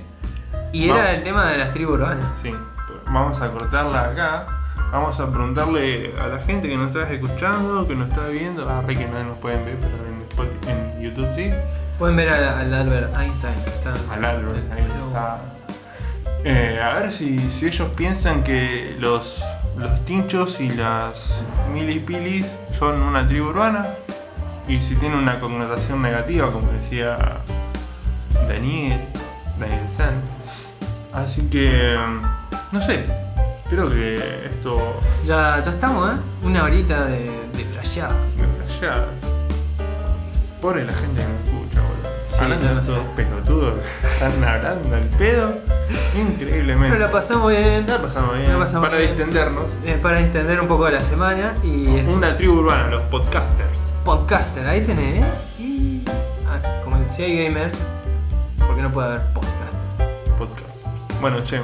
[SPEAKER 2] Y
[SPEAKER 1] Vamos.
[SPEAKER 2] era el tema de las tribus urbanas.
[SPEAKER 1] Sí, vamos a cortarla acá. Vamos a preguntarle a la gente que nos está escuchando, que nos está viendo. Ah, re que no nos pueden ver, pero en, Spotify- en YouTube sí.
[SPEAKER 2] Pueden ver a- al Albert Einstein. que está-
[SPEAKER 1] Al árbol, ahí está. Eh, a ver si, si ellos piensan que los, los tinchos y las milipilis son una tribu urbana y si tiene una connotación negativa, como decía Daniel, Daniel San. Así que, mm, no sé, creo que esto
[SPEAKER 2] Ya, ya estamos, eh. Una horita de, de flasheada.
[SPEAKER 1] me flashea. Pobre la gente que me escucha, boludo.
[SPEAKER 2] Sí,
[SPEAKER 1] hablando
[SPEAKER 2] ya lo
[SPEAKER 1] de estos
[SPEAKER 2] sé.
[SPEAKER 1] pelotudos, que están hablando al pedo, increíblemente.
[SPEAKER 2] Pero la pasamos bien.
[SPEAKER 1] La pasamos bien.
[SPEAKER 2] La pasamos
[SPEAKER 1] para
[SPEAKER 2] bien.
[SPEAKER 1] distendernos.
[SPEAKER 2] Eh, para extender un poco la semana y eh,
[SPEAKER 1] Una tribu urbana, los podcasters.
[SPEAKER 2] podcaster, ahí tenés, ¿eh? Y ah, como si hay gamers, porque no puede haber podcast.
[SPEAKER 1] Podcast. Bueno, che,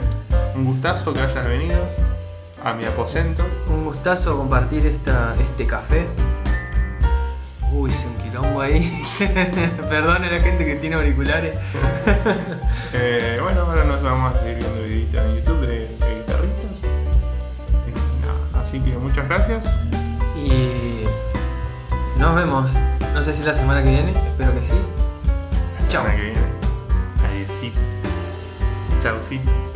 [SPEAKER 1] un gustazo que hayas venido a mi aposento.
[SPEAKER 2] Un gustazo compartir esta, este café. Uy, hice un quilombo ahí. <laughs> Perdone a la gente que tiene auriculares.
[SPEAKER 1] Eh, bueno, ahora nos vamos a seguir viendo videitos en YouTube de, de guitarristas. Y nada, Así que muchas gracias.
[SPEAKER 2] Y nos vemos. No sé si la semana que viene, espero que sí.
[SPEAKER 1] Hasta la
[SPEAKER 2] Chao.
[SPEAKER 1] semana que viene. Adiósito. Chaucito.